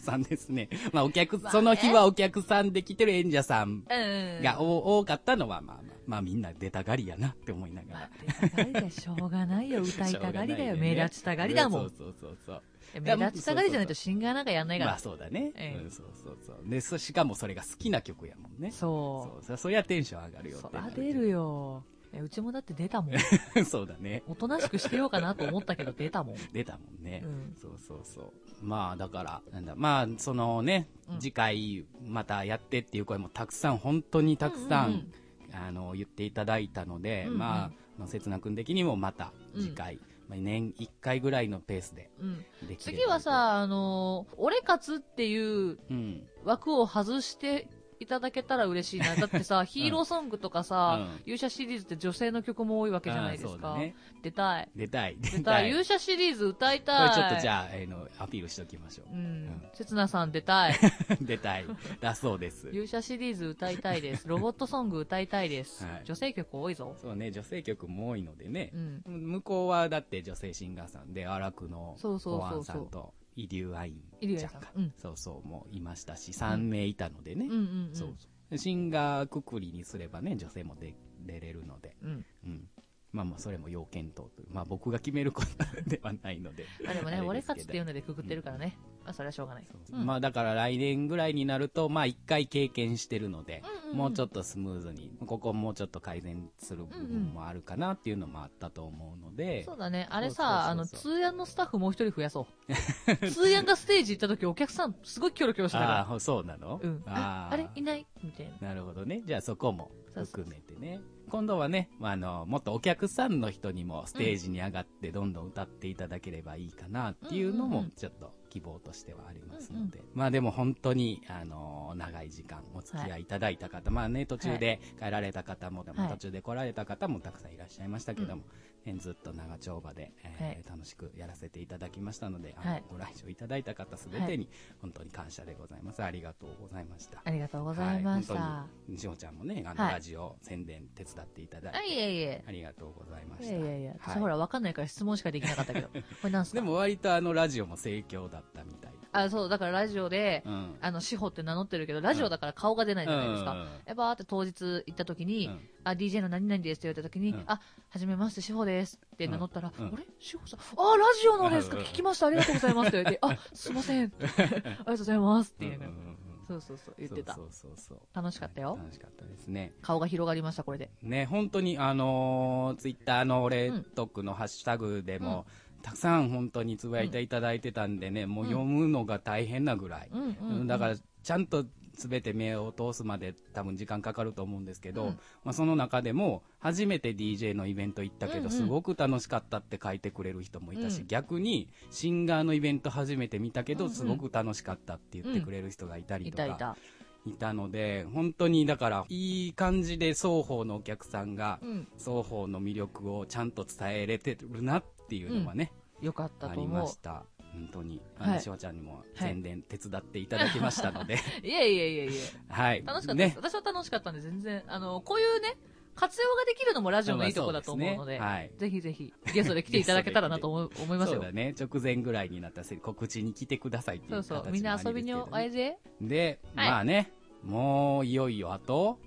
S2: さんです
S1: <laughs>
S2: ね、まあ、お客その日はお客さんで来てる演者さん
S1: うん
S2: がお多かったのはまあまあ、まあ、みんな出たがりやなって思いなが
S1: まあ。
S2: ら
S1: 出たがりだよしょうがない
S2: <laughs>
S1: よ歌いたがりだよ、目立ちたがりだもん
S2: そうそうそうそう
S1: いや目立ちたがりじゃないとシンガーなんかやんないから、
S2: まあそうだね、
S1: ええ
S2: うん、そうそうそうでそしかもそれが好きな曲やもんね
S1: そ
S2: そうそそりゃテンション上が
S1: う
S2: るよっ
S1: そ
S2: てな
S1: ら
S2: るけど
S1: 出るよいやうちもだって出
S2: <laughs>
S1: たもん
S2: そうだね
S1: おとなしくしてようかなと思ったけど出たもん
S2: 出たもんね、
S1: うん
S2: そうそうそうまあだからなんだまあそのね、
S1: うん
S2: 次回またやってっていう声もたくさん本当にたくさん、
S1: うんうん
S2: あの言っていただいたので、
S1: うんうん
S2: まあせつな君的にもまた次回、まあ、年1回ぐらいのペースで
S1: うんうん
S2: できれば
S1: 次は、さあのー俺勝つっていう
S2: うん、
S1: 枠を外していただけたら嬉しい
S2: <laughs>
S1: なだってさ、ヒーローソングとかさ、
S2: うん
S1: 勇者シリーズって女性の曲も多いわけじゃないで
S2: あ
S1: す
S2: ーそうだ
S1: か、
S2: ね
S1: 出たい
S2: 出たい
S1: 出たい
S2: こ
S1: 勇者シリーズ歌いたい
S2: れちょっとじゃあ、えーのアピールしておきましょう
S1: <laughs> う
S2: うん
S1: んせつなさん出たい
S2: 出たい。だそうです。
S1: 勇者シリーズ歌いたい
S2: <laughs>
S1: ですロボットソング歌いたいです、
S2: はい
S1: 女性曲多いぞ
S2: そうね、女性曲も多いのでね
S1: う。ん
S2: 向こうはだって女性シンガーさんで、荒くの
S1: そうそう
S2: 保
S1: そうそう
S2: 安さんと、イリューアイ
S1: イ
S2: ン
S1: リュ
S2: ち
S1: ーアイ
S2: ゃ
S1: ンさ
S2: ん
S1: ん
S2: か
S1: うん。
S2: そうそう、もいましたし、3名いたのでね
S1: うんう。んうん
S2: そうそう。シンガーくくりにすればね、女性も出出れるので。
S1: うん
S2: うん。まあまあ、それも要検討という。まあ僕が決めることではないので。
S1: まあでも
S2: <laughs> あ
S1: ね
S2: れ
S1: 俺
S2: ですけど
S1: 勝つっていうのでくくってるからね、まあそれはしょうがない
S2: そう
S1: うん
S2: まあだから来年ぐらいになると、まあ1回経験してるので、
S1: うんうん
S2: もうちょっとスムーズに、ここもうちょっと改善する部分もあるかなっていうのもあったと思うので、
S1: そうだね。あれ
S2: そうそうそうそう
S1: さ、あの、通訳のスタッフもう一人増やそう。
S2: <laughs>
S1: 通訳がステージ行った時お客さんすごいキョロキョロしてた
S2: あ
S1: か
S2: あ、そうなの、
S1: ら。うん。あ
S2: あー
S1: あれいないみたいな。
S2: なるほどね。じゃあそこも
S1: そうそう
S2: 含めてね。今度はね、まあ、あの、もっとお客さんの人にもステージに上がってどんどん歌っていただければいいかなっていうの
S1: うん
S2: も
S1: うんうん
S2: ちょっと希望としてはありますので。まあでも本当に、あの、長い時間お付き合いいただいた方、まあね、途中で帰られた方も、まあ途中で来られた方もたくさんいらっしゃいましたけども、ねずっと長丁場で、えー楽しくやらせていただきましたので、あの
S1: はい
S2: ご来場いただいた方すべてに本当に感謝でございます。ありがとうございました。
S1: ありがとうございました。
S2: はい
S1: は
S2: 本当にしほちゃんもね、あの、
S1: はい
S2: ラジオ宣伝手伝っていただいて、
S1: い、いえいえ。
S2: ありがとうございま
S1: い
S2: した。
S1: やいやいや、私
S2: はい
S1: ほら、わかんないから質問しかできなかったけど。これなんすか
S2: でも割とあの、ラジオも盛況だったみたい。
S1: あ、そう、だからラジオで、
S2: うん。
S1: あの、志保って名乗ってるけど、ラジオだから顔が出ないじゃないです
S2: うんう
S1: か
S2: んうん。
S1: え、ばーって当日行った時に、
S2: うん
S1: あ、DJ の何々ですって言われた時に、
S2: うん
S1: あ、はじめまして、志保ですって名乗ったら、
S2: うんうん
S1: あれ志保さん、あ、ラジオのですか
S2: うん
S1: 聞きました、ありがとうございます
S2: <laughs>
S1: って言われて、あ、すいません、ありがとうございますって言いながら
S2: うんうんうんうん
S1: そうそうそう、言ってた
S2: そ。うそうそうそう。
S1: 楽しかったよ。
S2: 楽しかったですね。
S1: 顔が広がりました、これで。
S2: ね、本当にあのツイッター Twitter の俺
S1: うん
S2: とくのハッシュタグでも、たくさん本当につぶやいていただいてたんでね、もう読むのが大変なぐらい。
S1: うんうんうん、
S2: だから、ちゃんと全て目を通すまで多分時間かかると思うんですけど、
S1: うん
S2: まあ、その中でも初めて DJ のイベント行ったけ
S1: うんう
S2: ど
S1: ん
S2: すごく楽しかったって書いてくれる人もいたし、
S1: うん
S2: 逆にシンガーのイベント初めて見たけ
S1: う
S2: ど
S1: んうん
S2: すごく楽しかったって言ってくれる人がいたり
S1: い
S2: と
S1: たい
S2: か
S1: た。
S2: いたので本当にだからいい感じで双方のお客さんが
S1: うん、
S2: 双方の魅力をちゃんと伝えれてるなっていうのはね、
S1: よかった
S2: あ
S1: と
S2: りま
S1: 思
S2: した。本当に。あ
S1: は
S2: の、
S1: い
S2: しほちゃんにも宣伝手伝っていただきましたので、
S1: う。いやいやいやいや
S2: はい。
S1: 楽しかったです、
S2: ね。
S1: 私は楽しかったんで、全然、あの、こういうね、活用ができるのもラジオのいいとこだと思うので、
S2: まあそうですね
S1: ぜひぜひゲストで来ていただけたらなと思う思います
S2: そう
S1: よ。
S2: だね。直前ぐらいになったせ告知に来てくださいっていう
S1: そうそう
S2: 形もあり
S1: みんな
S2: ですけ
S1: 遊
S2: どね
S1: びにおいで。
S2: で、
S1: はい
S2: まあね、もういよいよあと、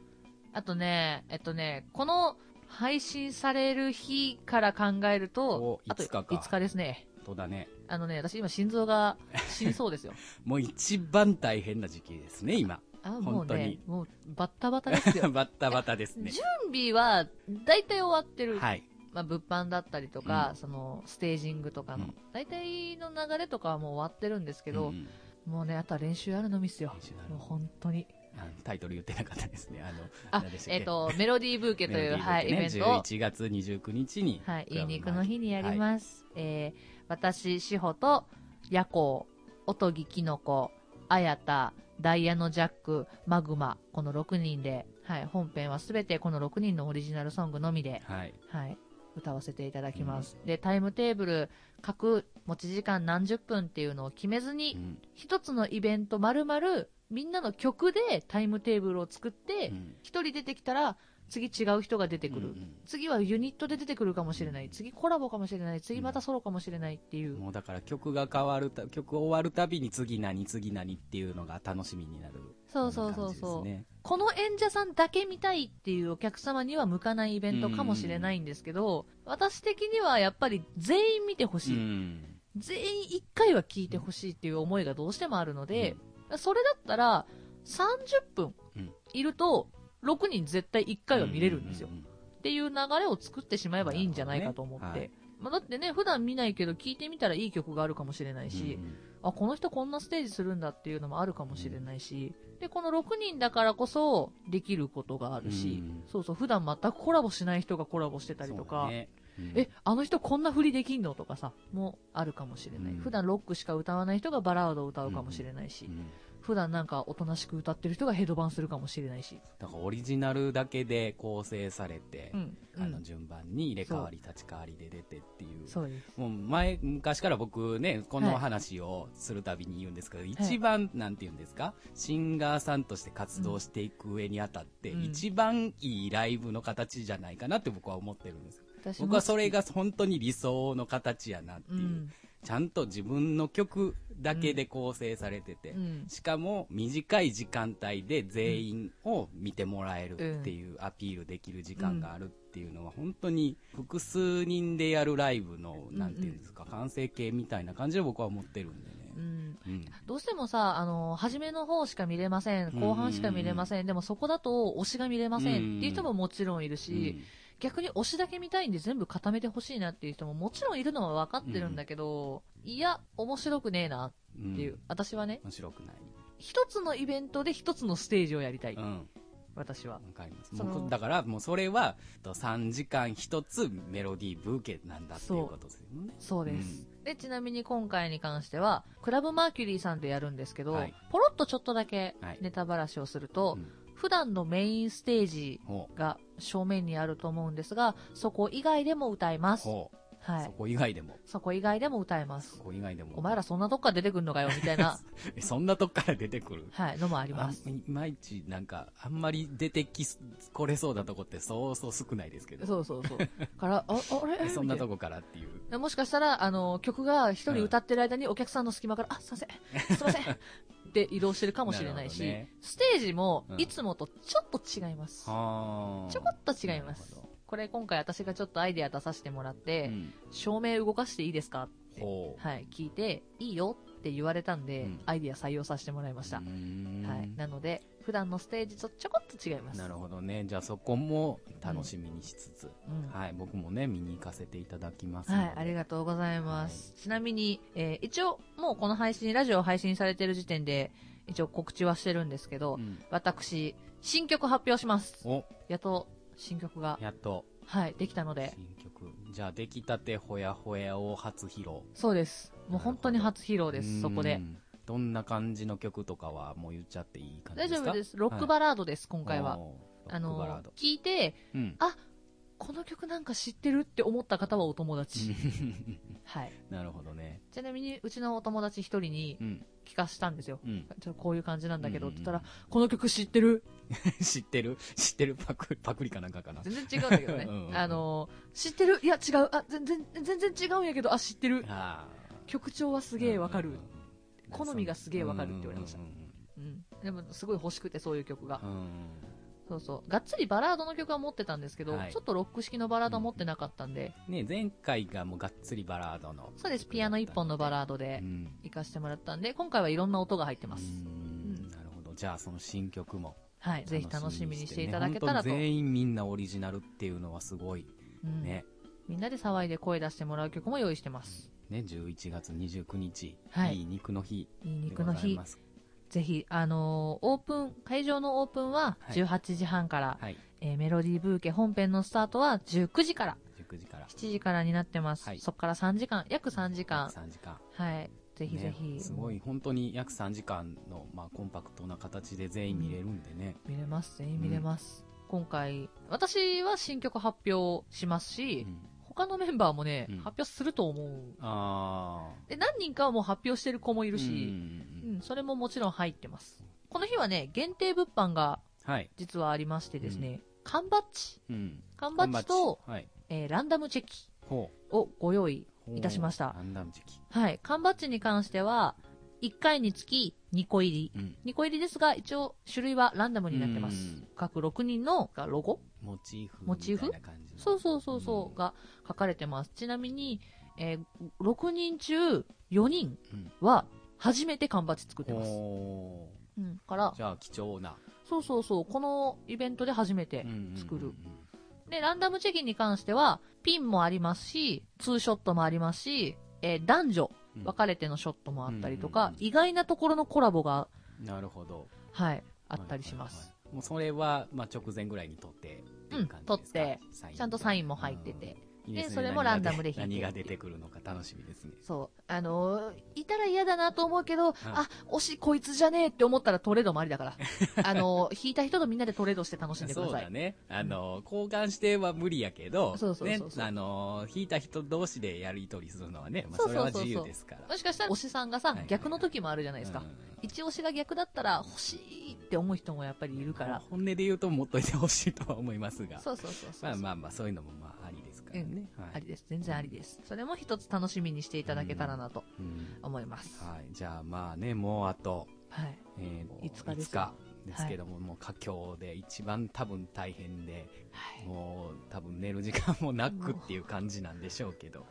S1: あとね、えっとね、この配信される日から考えると
S2: お、
S1: あと
S2: 5日か
S1: 5日ですね。
S2: とだね。
S1: あのね、私今心臓が死にそうです
S2: <laughs>
S1: よ。
S2: もう一番大変な時期ですね、今。
S1: あ、もう
S2: 本当
S1: ね
S2: に、。
S1: もうバッタバタですよ
S2: バッタバタです <laughs> ね。
S1: 準備は大体終わってる。
S2: はい。
S1: まあ、物販だったりとか、
S2: うん
S1: そのステージングとかの、
S2: うん
S1: 大体の流れとかはもう終わってるんですけど、
S2: うんうん
S1: もうね、あとは練習やるのみっすよ
S2: 練習あ。る
S1: もう本当に。
S2: あのタイトル言ってなかったですね。あの、
S1: あ
S2: 何でし、たっ
S1: え
S2: け
S1: っ、と、メロディーブーケと
S2: メ
S1: い
S2: ロ
S1: う、
S2: ディーブ
S1: は
S2: ー
S1: い、
S2: ケ
S1: イ
S2: ね
S1: ベントを、
S2: 11月29日に。
S1: はい、
S2: ク
S1: 言
S2: ラ
S1: い
S2: ブ
S1: に行くの日にやります。えー、私、志保と、ヤコウ、おとぎきのこ、あやた、ダイヤのジャック、マグマ、この6人で、はい、本編はすべてこの6人のオリジナルソングのみで、
S2: はい。
S1: はい、歌わせていただきます、でタイムテーブル各持ち時間何十分っていうのを決めず
S2: う
S1: に
S2: ん
S1: 一、つのイベントまるまるみんなの曲でタイムテーブルを作って
S2: うん
S1: 一、人出てきたら次違う人が出てくる、
S2: うん
S1: 次はユニットで出てくるかもしれない次コラボかもしれない次またソロかもしれないっていうう、
S2: んもうだから曲が変わるた、曲終わるたびに次何、次何っていうのが楽しみになる。
S1: そうそうそう
S2: こ
S1: そ
S2: ん
S1: う、
S2: な感じですね
S1: この演者さんだけ見たいっていうお客様には向かないイベントかもしれないんですけど、私的にはやっぱり全員見てほしい、
S2: うん。
S1: 全員1回は聞いてほしいっていう思いがどうしてもあるので、それだったら30分
S2: うん
S1: いると6人絶対1回は見れるんですよ、
S2: うう
S1: っていう流れを作ってしまえばいいんじゃないかと思って、
S2: なるほどね
S1: まあ、だってね普段見ないけど聞いてみたらいい曲があるかもしれないし、
S2: うんうん
S1: あこの人こんなステージするんだっていうのもあるかもしれないし、でこの6人だからこそできることがあるし、
S2: うん
S1: そうそう普段全くコラボしない人がコラボしてたりと
S2: そう
S1: か
S2: だ、ねうん
S1: え、あの人こんな振りできんのとかさ、もあるかもしれない。
S2: うん
S1: 普段ロックしか歌わない人がバラードを歌うかもしれないし、
S2: うん
S1: 普段なんかおとなしく歌ってる人がヘドバンするかもしれないし。
S2: だからオリジナルだけで構成されて、
S1: うん。う
S2: あの
S1: ん、
S2: 順番に入れ替わり立ち替わりで出てっていう
S1: そうです。
S2: もう前昔から僕ねこ
S1: は
S2: の
S1: い
S2: 話をするたびに言うんですけど、一番なんて言うんですかシンガーさんとして活動していく上にあたって、
S1: うん
S2: 一番いいライブの形じゃないかなって僕は思ってるんです
S1: 私も
S2: 僕はそれ、が本当に理想の形やなって
S1: う
S2: いう、
S1: ん。
S2: ちゃんと自分の曲だけで構成されてて、
S1: うん。
S2: しかも短い時間帯で全員を見てもらえるっていうアピールできる時間があるっていうのは本当に複数人でやるライブの
S1: うん
S2: なんていうんですか完成形みたいな感じで僕は思ってるんでね。
S1: うん
S2: うん
S1: どうしてもさ、あの、初めの方しか見れません、後半しか見れません、でもそこだと推しが見れませんっていう人ももちろんいるし、逆に推しだけ見たいんで全部固めてほしいなっていう人ももちろんいるのは分かってるんだけど、いや、面白くねえな
S2: うん
S1: っていう、
S2: ん
S1: 私はね、
S2: 面白くない。
S1: 一つのイベントで一つのステージをやりたい、
S2: うん、わ
S1: 私は。
S2: かります。
S1: その
S2: もうだからもうそれは3時間1つメロディーブーケなんだっていうことですよね。
S1: そうです。で、ちなみに今回に関しては、クラブマーキュリーさんでやるんですけど、
S2: はい
S1: ポロっとちょっとだけ
S2: はい
S1: ネタばらしをすると、
S2: うん
S1: 普段のメインステージ
S2: ほ、
S1: が正面にあると思うんですが、そこ以外でも歌いうます。
S2: ほう、
S1: は
S2: そ
S1: い。
S2: こ以外でも、
S1: そこ以外でも歌えます
S2: そ。こ以外でも。
S1: お前らそんなとこから出てくんのかよ、みたいな、
S2: え <laughs> そんなとこから出てくる
S1: はい、のもあります
S2: あ。いまいち、なんか、あんまり出てきす、これそうなとこってそうそう少ないですけど。
S1: そうそうそう。から、あ、あれ
S2: そんなと
S1: こ。
S2: こからっていう。
S1: もしかしたら、あの、曲が一人歌ってる間にお客さんの隙間から、あ、すいません、すいません、って移動してるかもしれないし、
S2: なるほどね
S1: ステージも
S2: うん
S1: いつもとちょっと違います。
S2: はあ。
S1: ちょこっと違います
S2: なるほど。
S1: これ今回私がちょっとアイデア出させてもらって、
S2: うん
S1: 照明動かしていいですかって、
S2: ほう。
S1: はい、聞いて、いいよって言われたんで、
S2: うん
S1: アイデア採用させてもらいました。
S2: うーん
S1: はい、なので、普段のステージとちょこっと違います。
S2: なるほどね。じゃあそこも楽しみにしつつ、
S1: うん
S2: はい、僕もね、見に行かせていただきますので。
S1: はい、ありがとうございます。ちなみに、えー一応、もうこの配信、ラジオ配信されてる時点で、一応告知はしてるんですけど、
S2: うん
S1: 私、新曲発表します。
S2: お、
S1: やっと、新曲が、
S2: やっと、
S1: はい、できたので、
S2: 新曲。じゃあ、出来たてほやほやを初披露。
S1: そうです。もう本当に初披露です、そこ
S2: う
S1: で。
S2: ん。どんな感じの曲とかは、もう言っちゃっていい感じ
S1: 大
S2: です
S1: 丈
S2: か
S1: 夫です。ロック
S2: ラー
S1: バラードです、今回は。
S2: おー
S1: あ
S2: ロック
S1: の
S2: バラード、
S1: 聞いて、
S2: うん <laughs>
S1: あ、この曲なんか知ってるって思った方はお友達。はい。
S2: なるほどね。
S1: ちなみに、うちのお友達一人に
S2: うん。
S1: 聞かしたんですよ。
S2: うん。
S1: ちょっとこういう感じなんだけど、
S2: う
S1: っ
S2: ん
S1: て言ったら、この曲知ってる
S2: <laughs> 知ってる知ってるパクパクリかなんかかな。
S1: 全然違うんだけどね。
S2: うんうん
S1: あのー、知ってるいや、違う。あ、全然、全然違うんやけど、あ、知ってる。
S2: あ
S1: 曲調はす
S2: す
S1: げえわかる。好みがすげえわかるって言われましたうん。でも、すごい欲しくて、そういう曲が。そうそう。がっつりバラードの曲は持ってたんですけど、
S2: はい
S1: ちょっとロック式のバラードは持ってなかったんで、
S2: ね前回がもうがっつりバラードの。
S1: そうです。ピアノ一本のバラード
S2: う
S1: で
S2: ん。
S1: 行かしてもらったんで、今回はいろんな音が入って
S2: う
S1: ます。
S2: んなるほど。じゃあその新曲も。
S1: はい。ぜひ楽しみにしていただけたらと。
S2: 本当全員みんなオリジナルっていうのはすごい。
S1: うん
S2: ね。
S1: みんなで騒いで声出してもらう曲も用意してます。
S2: ね、11月29日。
S1: はい
S2: いい肉の日。
S1: いい肉の日。
S2: ます。
S1: ぜひ、あのーオープン、会場のオープンは
S2: はい
S1: 18時半から、
S2: はい。
S1: えーメロディーブーケ本編のスタートは19時から、
S2: 19時から。
S1: 7時からになってます。
S2: はい
S1: そこから3時間、約3時間。
S2: 3時間。
S1: はい。ぜひぜひ、
S2: ねすごい、本当に約3時間の、まあ、コンパクトな形で全員見れるんでね。
S1: 見れます。全員見れます。今回、私は新曲発表しますし、
S2: うん
S1: 他のメンバーもね、
S2: うん
S1: 発表すると思う。
S2: ああ。
S1: で、何人かはもう発表してる子もいる
S2: うんうん
S1: し、
S2: う
S1: うんん、それももちろん入ってます。この日はね、限定物販が
S2: はい。
S1: 実はありましてですね、缶バッジ、
S2: うん。
S1: 缶バッジと、
S2: 缶バッジはい。
S1: えーランダムチェキ
S2: ほ
S1: をご用意。
S2: う。
S1: いたしました
S2: ランダム時期。
S1: はい、缶バッジに関しては、1回につき2個入り。
S2: うん。
S1: 2個入りですが、一応種類はランダムになってます
S2: うん。
S1: 各6人のがロゴ
S2: モチーフ。
S1: モチーフ
S2: みたいな感じの
S1: そうそうそうそう、
S2: ん
S1: が書かれてます。ちなみに、えー6人中4人
S2: うん
S1: は初めて缶バッジ作ってます。
S2: ほ
S1: うん、から
S2: う。、じゃあ、貴重な。
S1: そうそうそう、このイベントで初めて。作る
S2: うんうんうんうん。
S1: で、ランダムチェキに関しては、ピンもありますし、ツーショットもありますし、えー男女
S2: うん
S1: 分かれてのショットもあったりとか、
S2: うん
S1: 意外なところのコラボが、
S2: なるほど。
S1: はい、あったりします。
S2: はいはいはい。もうそれは、まあ、直前ぐらいに撮ってっていう感じですか、
S1: うん撮って
S2: サイン
S1: ちゃんとサインも入ってて。
S2: うん。いいすね
S1: でそれもランダムで弾いて
S2: 何が出てくるのか楽しみですね。
S1: そう。あのーいたら嫌だなと思うけど、あ、推しこいつじゃねえって思ったらトレードもありだ
S2: <laughs>
S1: から。あのー、引いた人とみんなでトレードして楽しんでくだ
S2: そう
S1: さ
S2: だ
S1: い。
S2: ね。あの、交換しては無理やけど、
S1: そうそうそうそう
S2: ね、あの、引いた人同士でやり取りするのはね、まあ、
S1: そ
S2: そうれ
S1: そうそうそう
S2: は自由ですから。
S1: もしかしたら推しさんがさ
S2: はい、
S1: 逆の時もあるじゃないですか
S2: うん。
S1: 一押しが逆だったら欲しいって思う人もやっぱりいるか
S2: まあ
S1: ら。
S2: 本音で言うと持っといてほしいとは思いますが。
S1: そうそうそうそう。
S2: まあまあまあ、そういうのもまあ、ありですからね。は
S1: ありです。全然ありです。それも一つ楽しみにしていただけたらなと
S2: うん
S1: 思います。
S2: はい。じゃあまあね、もうあと、
S1: はい。
S2: えー、
S1: 5日です
S2: ですけども、もう佳境で一番多分大変で、
S1: はい。も
S2: もう多分寝る時間もなくっていう感じなんでしょうけど。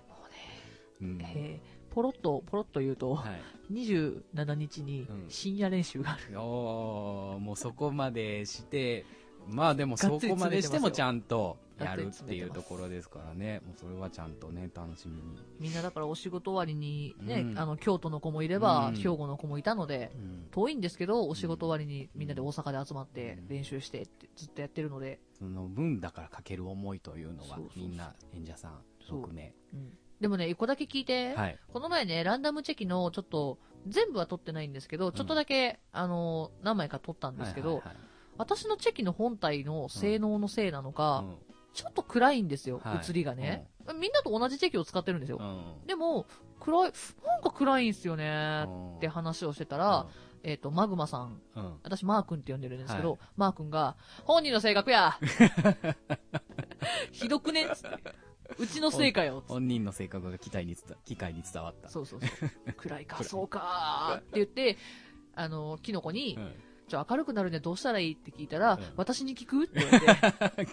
S2: うん
S1: うね、えーポロッと、ポロッと言うと、
S2: はい。
S1: 27日に
S2: うん
S1: 深夜練習がある。
S2: おーもうそこまでして、まあでもそこまでしてもちゃんとやるっていうところですからね、もうそれはちゃんとね、楽しみに。
S1: みんなだからお仕事終わりにね、
S2: うん
S1: あの、京都の子もいれば、
S2: うん
S1: 兵庫の子もいたので、
S2: うん
S1: 遠いんですけど、お仕事終わりにみんなで大阪で集まって
S2: うん
S1: 練習してってずっとやってるので、
S2: その分だからかける思いというのは
S1: そうそう、そう
S2: みんな演者さん
S1: そう
S2: 含め。
S1: うんでもね、一個だけ聞いて、
S2: はい。
S1: この前ね、ランダムチェキのちょっと、全部は撮ってないんですけど、ちょっとだけ、あの、何枚か撮ったんですけど、
S2: はいはい
S1: 私のチェキの本体の性能のせいなのか、
S2: はい
S1: ちょっと暗いんですよ、
S2: はい
S1: 写りがね、みんなと同じチェキを使ってるんですよ
S2: う。ん。
S1: でも、暗い、なんか暗いんすよ
S2: う
S1: ね、
S2: ん
S1: って話をしてたら、、えっ、と、マグマさん、
S2: うんうん
S1: 私マー君って呼んでるんですけど、マー君が、本人の性格
S2: <laughs>
S1: やひどくねっつって。うちのせいかよっつって。
S2: 本人の性格が機体に伝わ機械に伝わった。
S1: そうそうそう。暗いか、
S2: 暗い
S1: そうかーって言って、あの、キノコに、
S2: うん
S1: ちょ、明るくなるにはどうしたらいいって聞いたら、
S2: うん
S1: 私に聞くって言
S2: <laughs>
S1: われて、あれ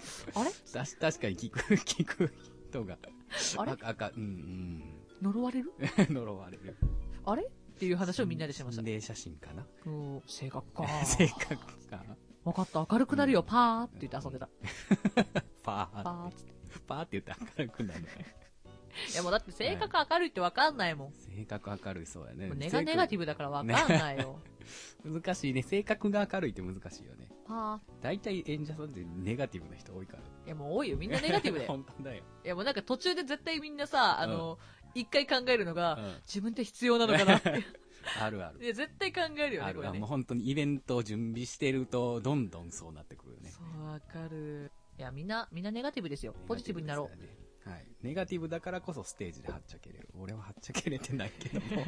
S2: たし確かに聞く、聞く人が。
S1: あれ
S2: あか、うん
S1: 呪われる
S2: うん。 <laughs> 呪われる。
S1: あれっていう話をみんなでしてました。
S2: 心霊写真かな
S1: うん性格か
S2: <laughs> 性格か。
S1: 分かった、明るくなるよ、パーって言って遊んでた。
S2: パ
S1: パ
S2: ー
S1: ー
S2: っ。
S1: ってつって。
S2: パーって言って明るくなるのね。
S1: いやもうだって性格明るいって分かんないもん。
S2: 性格明るいそうやね
S1: もう。根がネガティブだから分かんないよ。
S2: ブ。難しいね。性格が明るいって難しいよね。
S1: <laughs> パーって
S2: 大体演者さんってネガティブな人多いから。
S1: いやもう多いよ。みんなネガティブだよ。
S2: <laughs> 本当だよ。
S1: <laughs> いやもうなんか途中で絶対みんなさ、あの、一回考えるの
S2: う
S1: が、
S2: ん
S1: 自分って必要なのかなって。
S2: あるあ
S1: <laughs>
S2: る。
S1: いや絶対考えるよ
S2: あ
S1: ね、こ
S2: る
S1: れ
S2: ある。も
S1: ね
S2: う。本当にイベントを準備してると、どんどんそうなってくるよね。
S1: そう、わかる。いや、みんな、みんなネガティブですよ。ポジティブになろ
S2: ネガティブですからねはい。ネガティブだからこそステージではっちゃけれる。俺ははっちゃけれてないけども。
S1: う。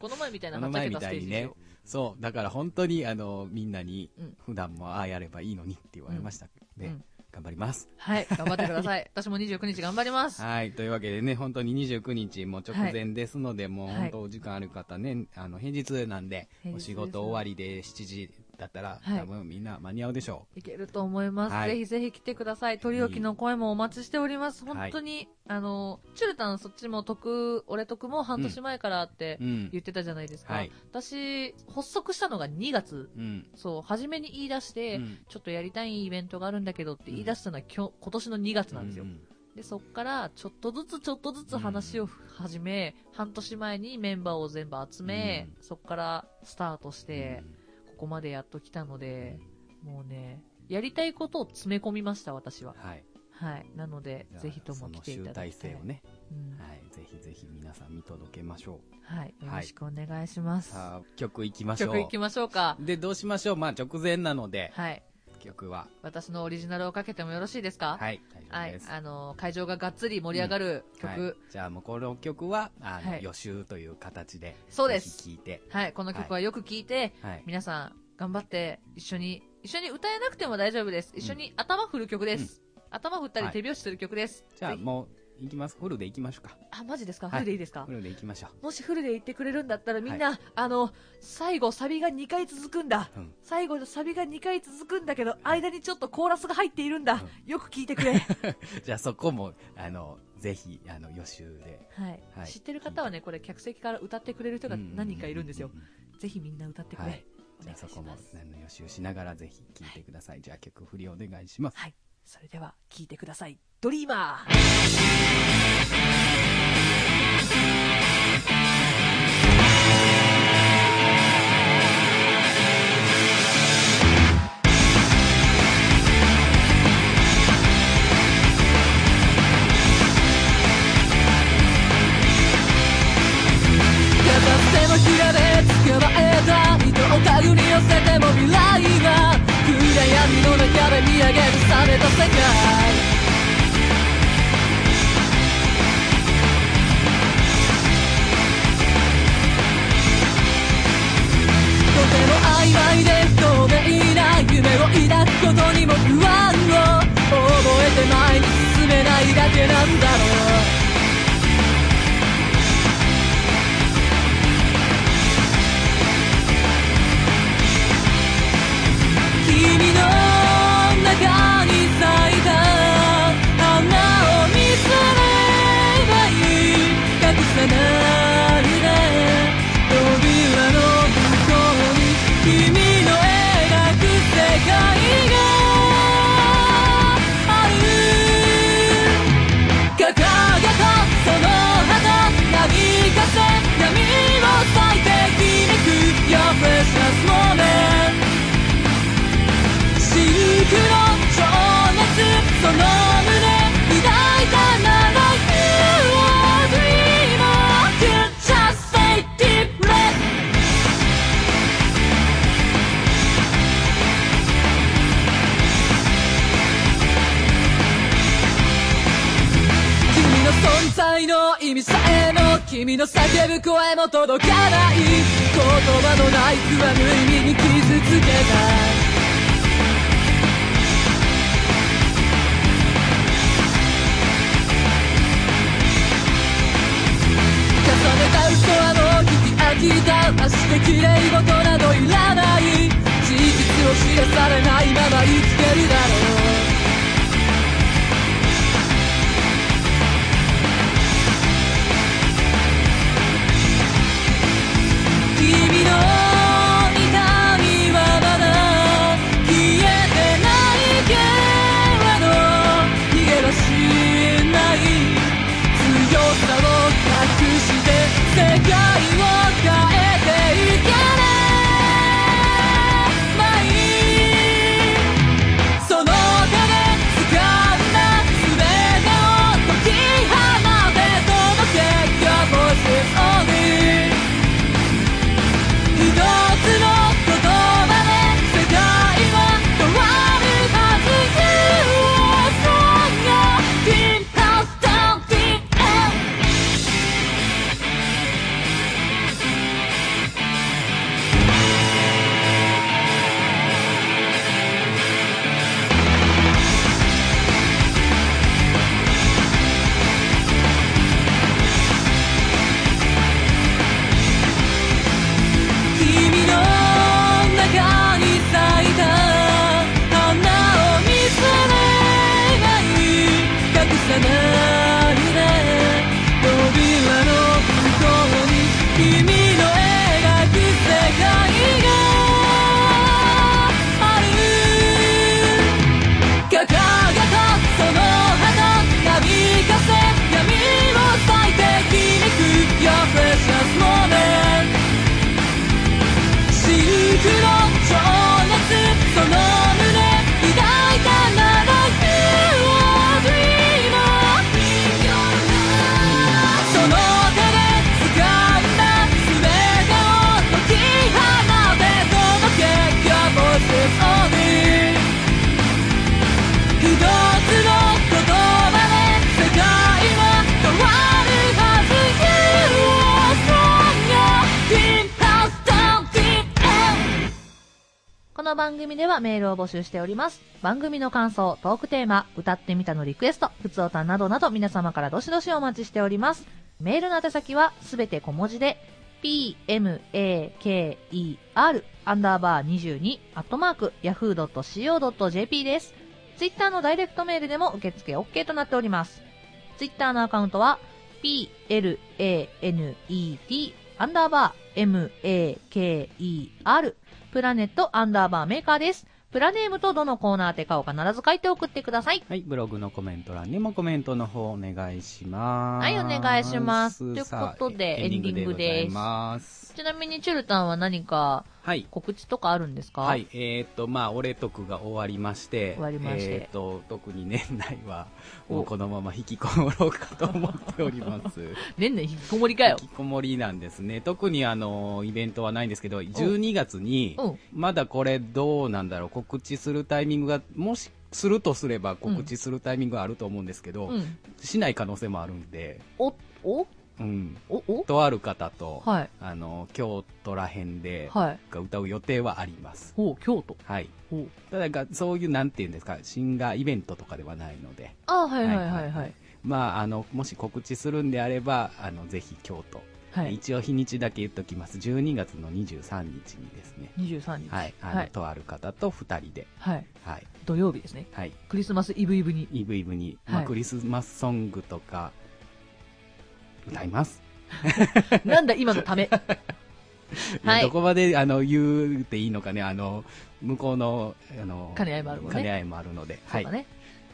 S1: この前みたいな
S2: あ
S1: は
S2: の
S1: っちゃ
S2: 前
S1: け
S2: み
S1: たス
S2: た
S1: テ
S2: い
S1: ージ
S2: に
S1: です
S2: ね
S1: よ。。
S2: そう。だから本当に、あの、みんなに
S1: うん、
S2: 普段もああやればいいのにって言われました
S1: うん
S2: ね
S1: うん
S2: 頑張ります。
S1: はい、頑張ってください。私も29日頑張ります。
S2: はい。というわけでね、本当に29日も直前ですので、もう
S1: はい
S2: 本当お時間ある方ね、あの、平日なんで、
S1: 平日
S2: お
S1: です
S2: 仕
S1: ね
S2: 事終わりで7時だったら、
S1: はい
S2: 多分みんな間に合うでしょ
S1: いけると思います。
S2: はい
S1: ぜひぜひ来てください。取り置きの声もお待ちしております。
S2: はい
S1: 本当に、あの、チュルタンそっちも得、俺得も半年前からって
S2: う。うん
S1: 言。ってたじゃないですか。
S2: はい
S1: 私、発足したのが2月。
S2: うん。
S1: そう、初めに言い出して、
S2: うん
S1: ちょっとやりたいイベントがあるんだけどって言い出したのは今日、今年の2月なんですよ。
S2: うん
S1: で、そっから、ちょっとずつちょっとずつ話を始め、半年前にメンバーを全部集め、そっからスタートして、ここまでやっと来たの
S2: うん
S1: で、もうね、やりたいことを詰め込みました、私は。
S2: はい。
S1: はい。なので
S2: じゃ、あ
S1: ぜひとも来ていただき
S2: そ
S1: た
S2: の集大
S1: い。
S2: 成をね、
S1: うん
S2: はい、ぜひぜひ皆さん見届けましょう。
S1: はい。よろしくお願いします。
S2: さあ、曲いきましょ
S1: 曲行
S2: う
S1: き。ましょうか。
S2: で、どうしましょうまあ直前なので、
S1: はい。
S2: 曲は。
S1: 私のオリジナルをかけてもよろしいですか
S2: はい、大丈夫です。
S1: あの、会場ががっつり盛り上がる
S2: はい
S1: 曲。、
S2: じゃあもうこの曲は、あの、
S1: はい
S2: 予習という形で、
S1: そうです
S2: ぜひ聴いて、
S1: はい。この曲はよく聴いて、
S2: はい。
S1: 皆さん、頑張って、一緒に、一緒に歌えなくても大丈夫です。一緒に頭振る曲です。頭振ったり
S2: はい
S1: 手拍子する曲です。
S2: じゃあ
S1: ぜひ
S2: もう、いきます。フルでいきましょうか。
S1: あ、マジですか
S2: は
S1: フ
S2: い
S1: ルでいいですか、
S2: フルでいきましょう。
S1: もしフルで言ってくれるんだったらみんな、あの、最後サビが2回続くんだ。
S2: うん
S1: 最後のサビが2回続くんだけど、間にちょっとコーラスが入っているんだ。よく聞いてく
S2: <laughs>
S1: れ。
S2: じゃあそこも、あの、ぜひ、あの、予習で。
S1: はい
S2: はい
S1: 知ってる方はね、これ客席から歌ってくれる人が何人かいるんですよ
S2: う。うううん
S1: ぜひみんな歌ってくれ。
S2: はい
S1: お
S2: じ
S1: 願
S2: ゃ
S1: い
S2: あ
S1: し
S2: そ
S1: ます
S2: こも、あの、予習しながらぜひ聴いてください。じゃあ曲振りお願いします。
S1: はい。それでは聞いてください。ドリーマー
S3: かつてのひらで捕まえた人を影に寄せても未来が暗闇の中で見上げる冷めた世界とても曖昧で不透明な夢を抱くことにも不安を覚えて前に進めないだけなんだろう君の中に咲いた花を見つめばいい隠さないで扉の向こうに君の描く世界がある掲げたその旗なびかせ闇を裂いてきめく Your precious moment シルクの情熱その胸抱いたならばYou are dreamer Just take deep breath 君の存在の意味さえも君の叫ぶ声も届かない言葉のないは無意味に傷つけた重ねた嘘はもう聞き飽きたまして綺麗事などいらない事実を知らされないまま生きてるだろう君の痛みはまだ消えてないけれど逃げ出しない強さを隠して世界を変えていけないその
S4: 番組ではメールを募集しております。番組の感想、トークテーマ、歌ってみたのリクエスト、ふつおたなどなど皆様からどしどしお待ちしております。メールの宛先はすべて小文字で、p-m-a-k-e-r アンダーバー22アットマーク yahoo.co.jp です。ツイッターのダイレクトメールでも受付 OK となっております。ツイッターのアカウントは、planet アンダーバー maker プラネットアンダーバーメーカーです。プラネームとどのコーナーでかを必ず書いて送ってください。
S2: はい、ブログのコメント欄にもコメントの方お願いします。
S4: はいお願いしますということで
S2: さあ
S4: エンディングです
S2: ございます。
S4: ちなみにチュルタンは何か
S2: はい。
S4: 告知とかあるんですか
S2: はい、えーっ、と、まあ、俺得が終わりまして、
S4: 終わりまして
S2: えーっ、と、特に年内は、
S4: お
S2: もうこのまま引きこもろうかと思っており
S4: <laughs>
S2: ます。
S4: 年々引きこもりかよ
S2: 引。きこもりなんですね。特にあの、イベントはないんですけど、12月に、
S4: うん。
S2: まだこれどうなんだろう、告知するタイミングが、もし、するとすれば告知するタイミングがあると思うんですけど、
S4: うん。
S2: しない可能性もあるんで、
S4: お、お、
S2: うん。
S4: お、お
S2: とある方と、
S4: はい。
S2: あの、京都ら辺で、
S4: はい。
S2: が歌う予定はあります。
S4: お、京都。
S2: はい。
S4: お。
S2: ただが、そういう、なんていうんですか、シンガーイベントとかではないので、
S4: あ、はいはいはいはい。
S2: まあ、あの、もし告知するんであれば、あの、ぜひ京都。
S4: はい。
S2: 一応日にちだけ言っときます。12月の23日にですね、
S4: 23日。
S2: はい。あの、
S4: はい。
S2: とある方と2人で、
S4: はい。
S2: はい。
S4: 土曜日ですね。
S2: はい。
S4: クリスマスイブイブに。
S2: イブイブに、ま
S4: は
S2: あ、
S4: い
S2: クリスマスソングとか、歌います。
S4: なんだ今のため。
S2: いや
S4: はい
S2: どこまであの言うていいのかね、あの向こうのあの
S4: 兼ね合いもあるもんね
S2: 兼ね合いもあるので、
S4: そ
S2: は
S4: う
S2: い
S4: だ、ね。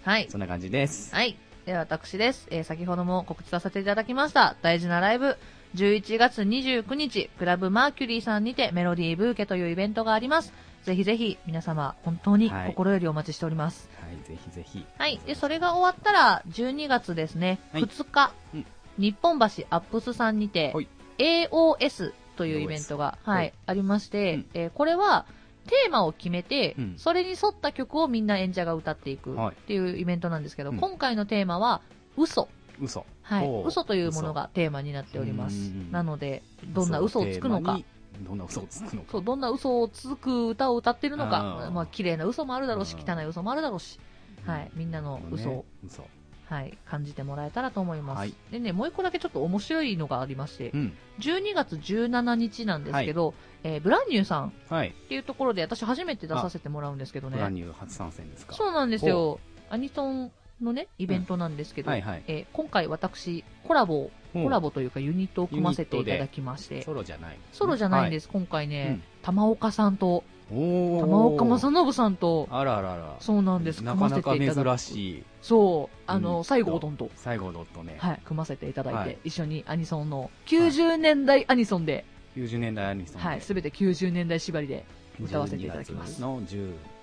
S4: はい。
S2: そんな感じです。
S4: はい。では私です。えー先ほども告知させていただきました。大事なライブ。11月29日、クラブマーキュリーさんにてメロディーブーケというイベントがあります。ぜひぜひ皆様本当に
S2: はい
S4: 心よりお待ちしております。
S2: はい、ぜひぜひ。
S4: はい。で、それが終わったら12月ですね、
S2: はい
S4: 2日、
S2: うん
S4: 日本橋アップスさんにて
S2: はい
S4: AOS というイベントが、はい
S2: はい
S4: ありまして、
S2: うん
S4: えーこれはテーマを決めて、
S2: うん
S4: それに沿った曲をみんな演者が歌っていく。
S2: はい、
S4: っていうイベントなんですけど、
S2: うん
S4: 今回のテーマは嘘、
S2: 嘘。
S4: はい
S2: お、う
S4: 嘘というものがテーマになっております
S2: うん
S4: なのでどんな嘘をつくのか。
S2: どんな嘘をつくのか。
S4: そうどんな嘘をつく歌を歌ってるのか
S2: あー
S4: まあ綺麗な嘘もあるだろうし
S2: うん
S4: 汚い嘘もあるだろうし、はい、みんなの
S2: うん。
S4: 嘘を、
S2: ね嘘。
S4: はい、感じてもらえたらと思います、
S2: はい
S4: でねもう一個だけちょっと面白いのがありまして
S2: うん。
S4: 12月17日なんですけど、えーブランニューさんっ
S2: はい。
S4: ていうところで私初めて出させてもらうんですけど
S2: ブラン
S4: ね
S2: ニュー初参戦ですか。
S4: そうなんですよアニソンのねイベントなんですけど、
S2: はいはい。
S4: えー今回私コラボをコラ
S2: ボ。
S4: ボというかユニットを組ませていただきまして
S2: ソロじゃない。。
S4: ソロじゃないんですす、今回ね、
S2: うん
S4: 玉岡さんと
S2: おお。
S4: 玉岡正信さんと
S2: あらあらあら。
S4: そうなんです
S2: なかなか
S4: 組ませていただ
S2: 珍
S4: く
S2: しい。
S4: そうあの、
S2: うん
S4: 西郷どんと、
S2: 最後の音ね。
S4: はい、組ませていただいて、
S2: はい
S4: 一緒にアニソンの90年代アニソンで、
S2: 90年代アニソンで。
S4: はいすべて90年代縛りで歌わせていただきます
S2: 12月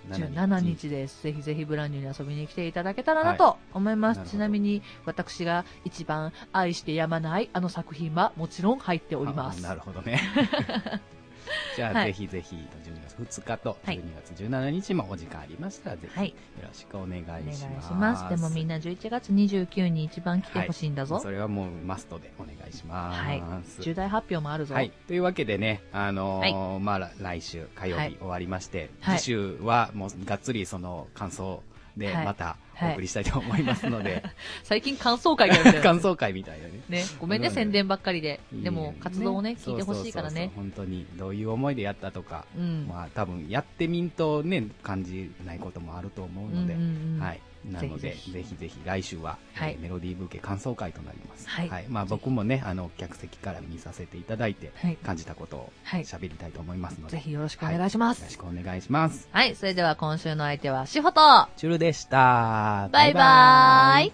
S2: の17
S4: 17日です、ぜひぜひブランニューに遊びに来ていただけたらなと思います、
S2: はい
S4: ちなみに私が一番愛してやまないあの作品はもちろん入っております
S2: あなるほど
S4: <laughs>
S2: ね。じゃあ、
S4: はい
S2: ぜひぜひ、12月2日と
S4: はい
S2: 12月17日もお時間ありましたら、ぜ
S4: はい
S2: ひよろしくお願いし
S4: お願い
S2: ます。
S4: します。でもみんな11月29に一番来てほしいんだぞ。
S2: それはもうマストでお願いします。
S4: はい重大発表もあるぞ。
S2: はい。というわけでね、あのーまあ、ら来週火曜
S4: はい
S2: 日終わりまして、
S4: はい
S2: 次週はもうがっつりその感想で
S4: はい
S2: またお送りしたいと思いますの
S4: <laughs>
S2: で、
S4: 最近感想会があるんだ
S2: <laughs>
S4: よ
S2: 感想会みたいなね。
S4: ね。ごめんね、
S2: そうなんだよ
S4: 宣伝ばっかりで。
S2: いい
S4: でも、活動をね、聞いてほしいか
S2: そうそうそうそ
S4: ら
S2: う
S4: ね。
S2: 本当にどういう思いでやったとか、
S4: うん。
S2: まあ多分やってみんとね感じないこともあると思うので、
S4: うんうんうん
S2: はいなのでぜ
S4: ぜひ
S2: ひ
S4: ぜ
S2: ぜひ来週は、
S4: はい
S2: えーメロディーブーケ感想会となります、
S4: はい
S2: まあ、
S4: ぜひ
S2: 僕もねあの客席から見させていただいて
S4: はい。
S2: 感じたことを
S4: はい
S2: 喋りたいと思いますので、
S4: ぜひよろしくお願いしま
S2: よろ
S4: す
S2: し。くお願いします
S4: はい。それでは今週の相手は、しほと、
S2: チュルでした
S4: バイバーイ。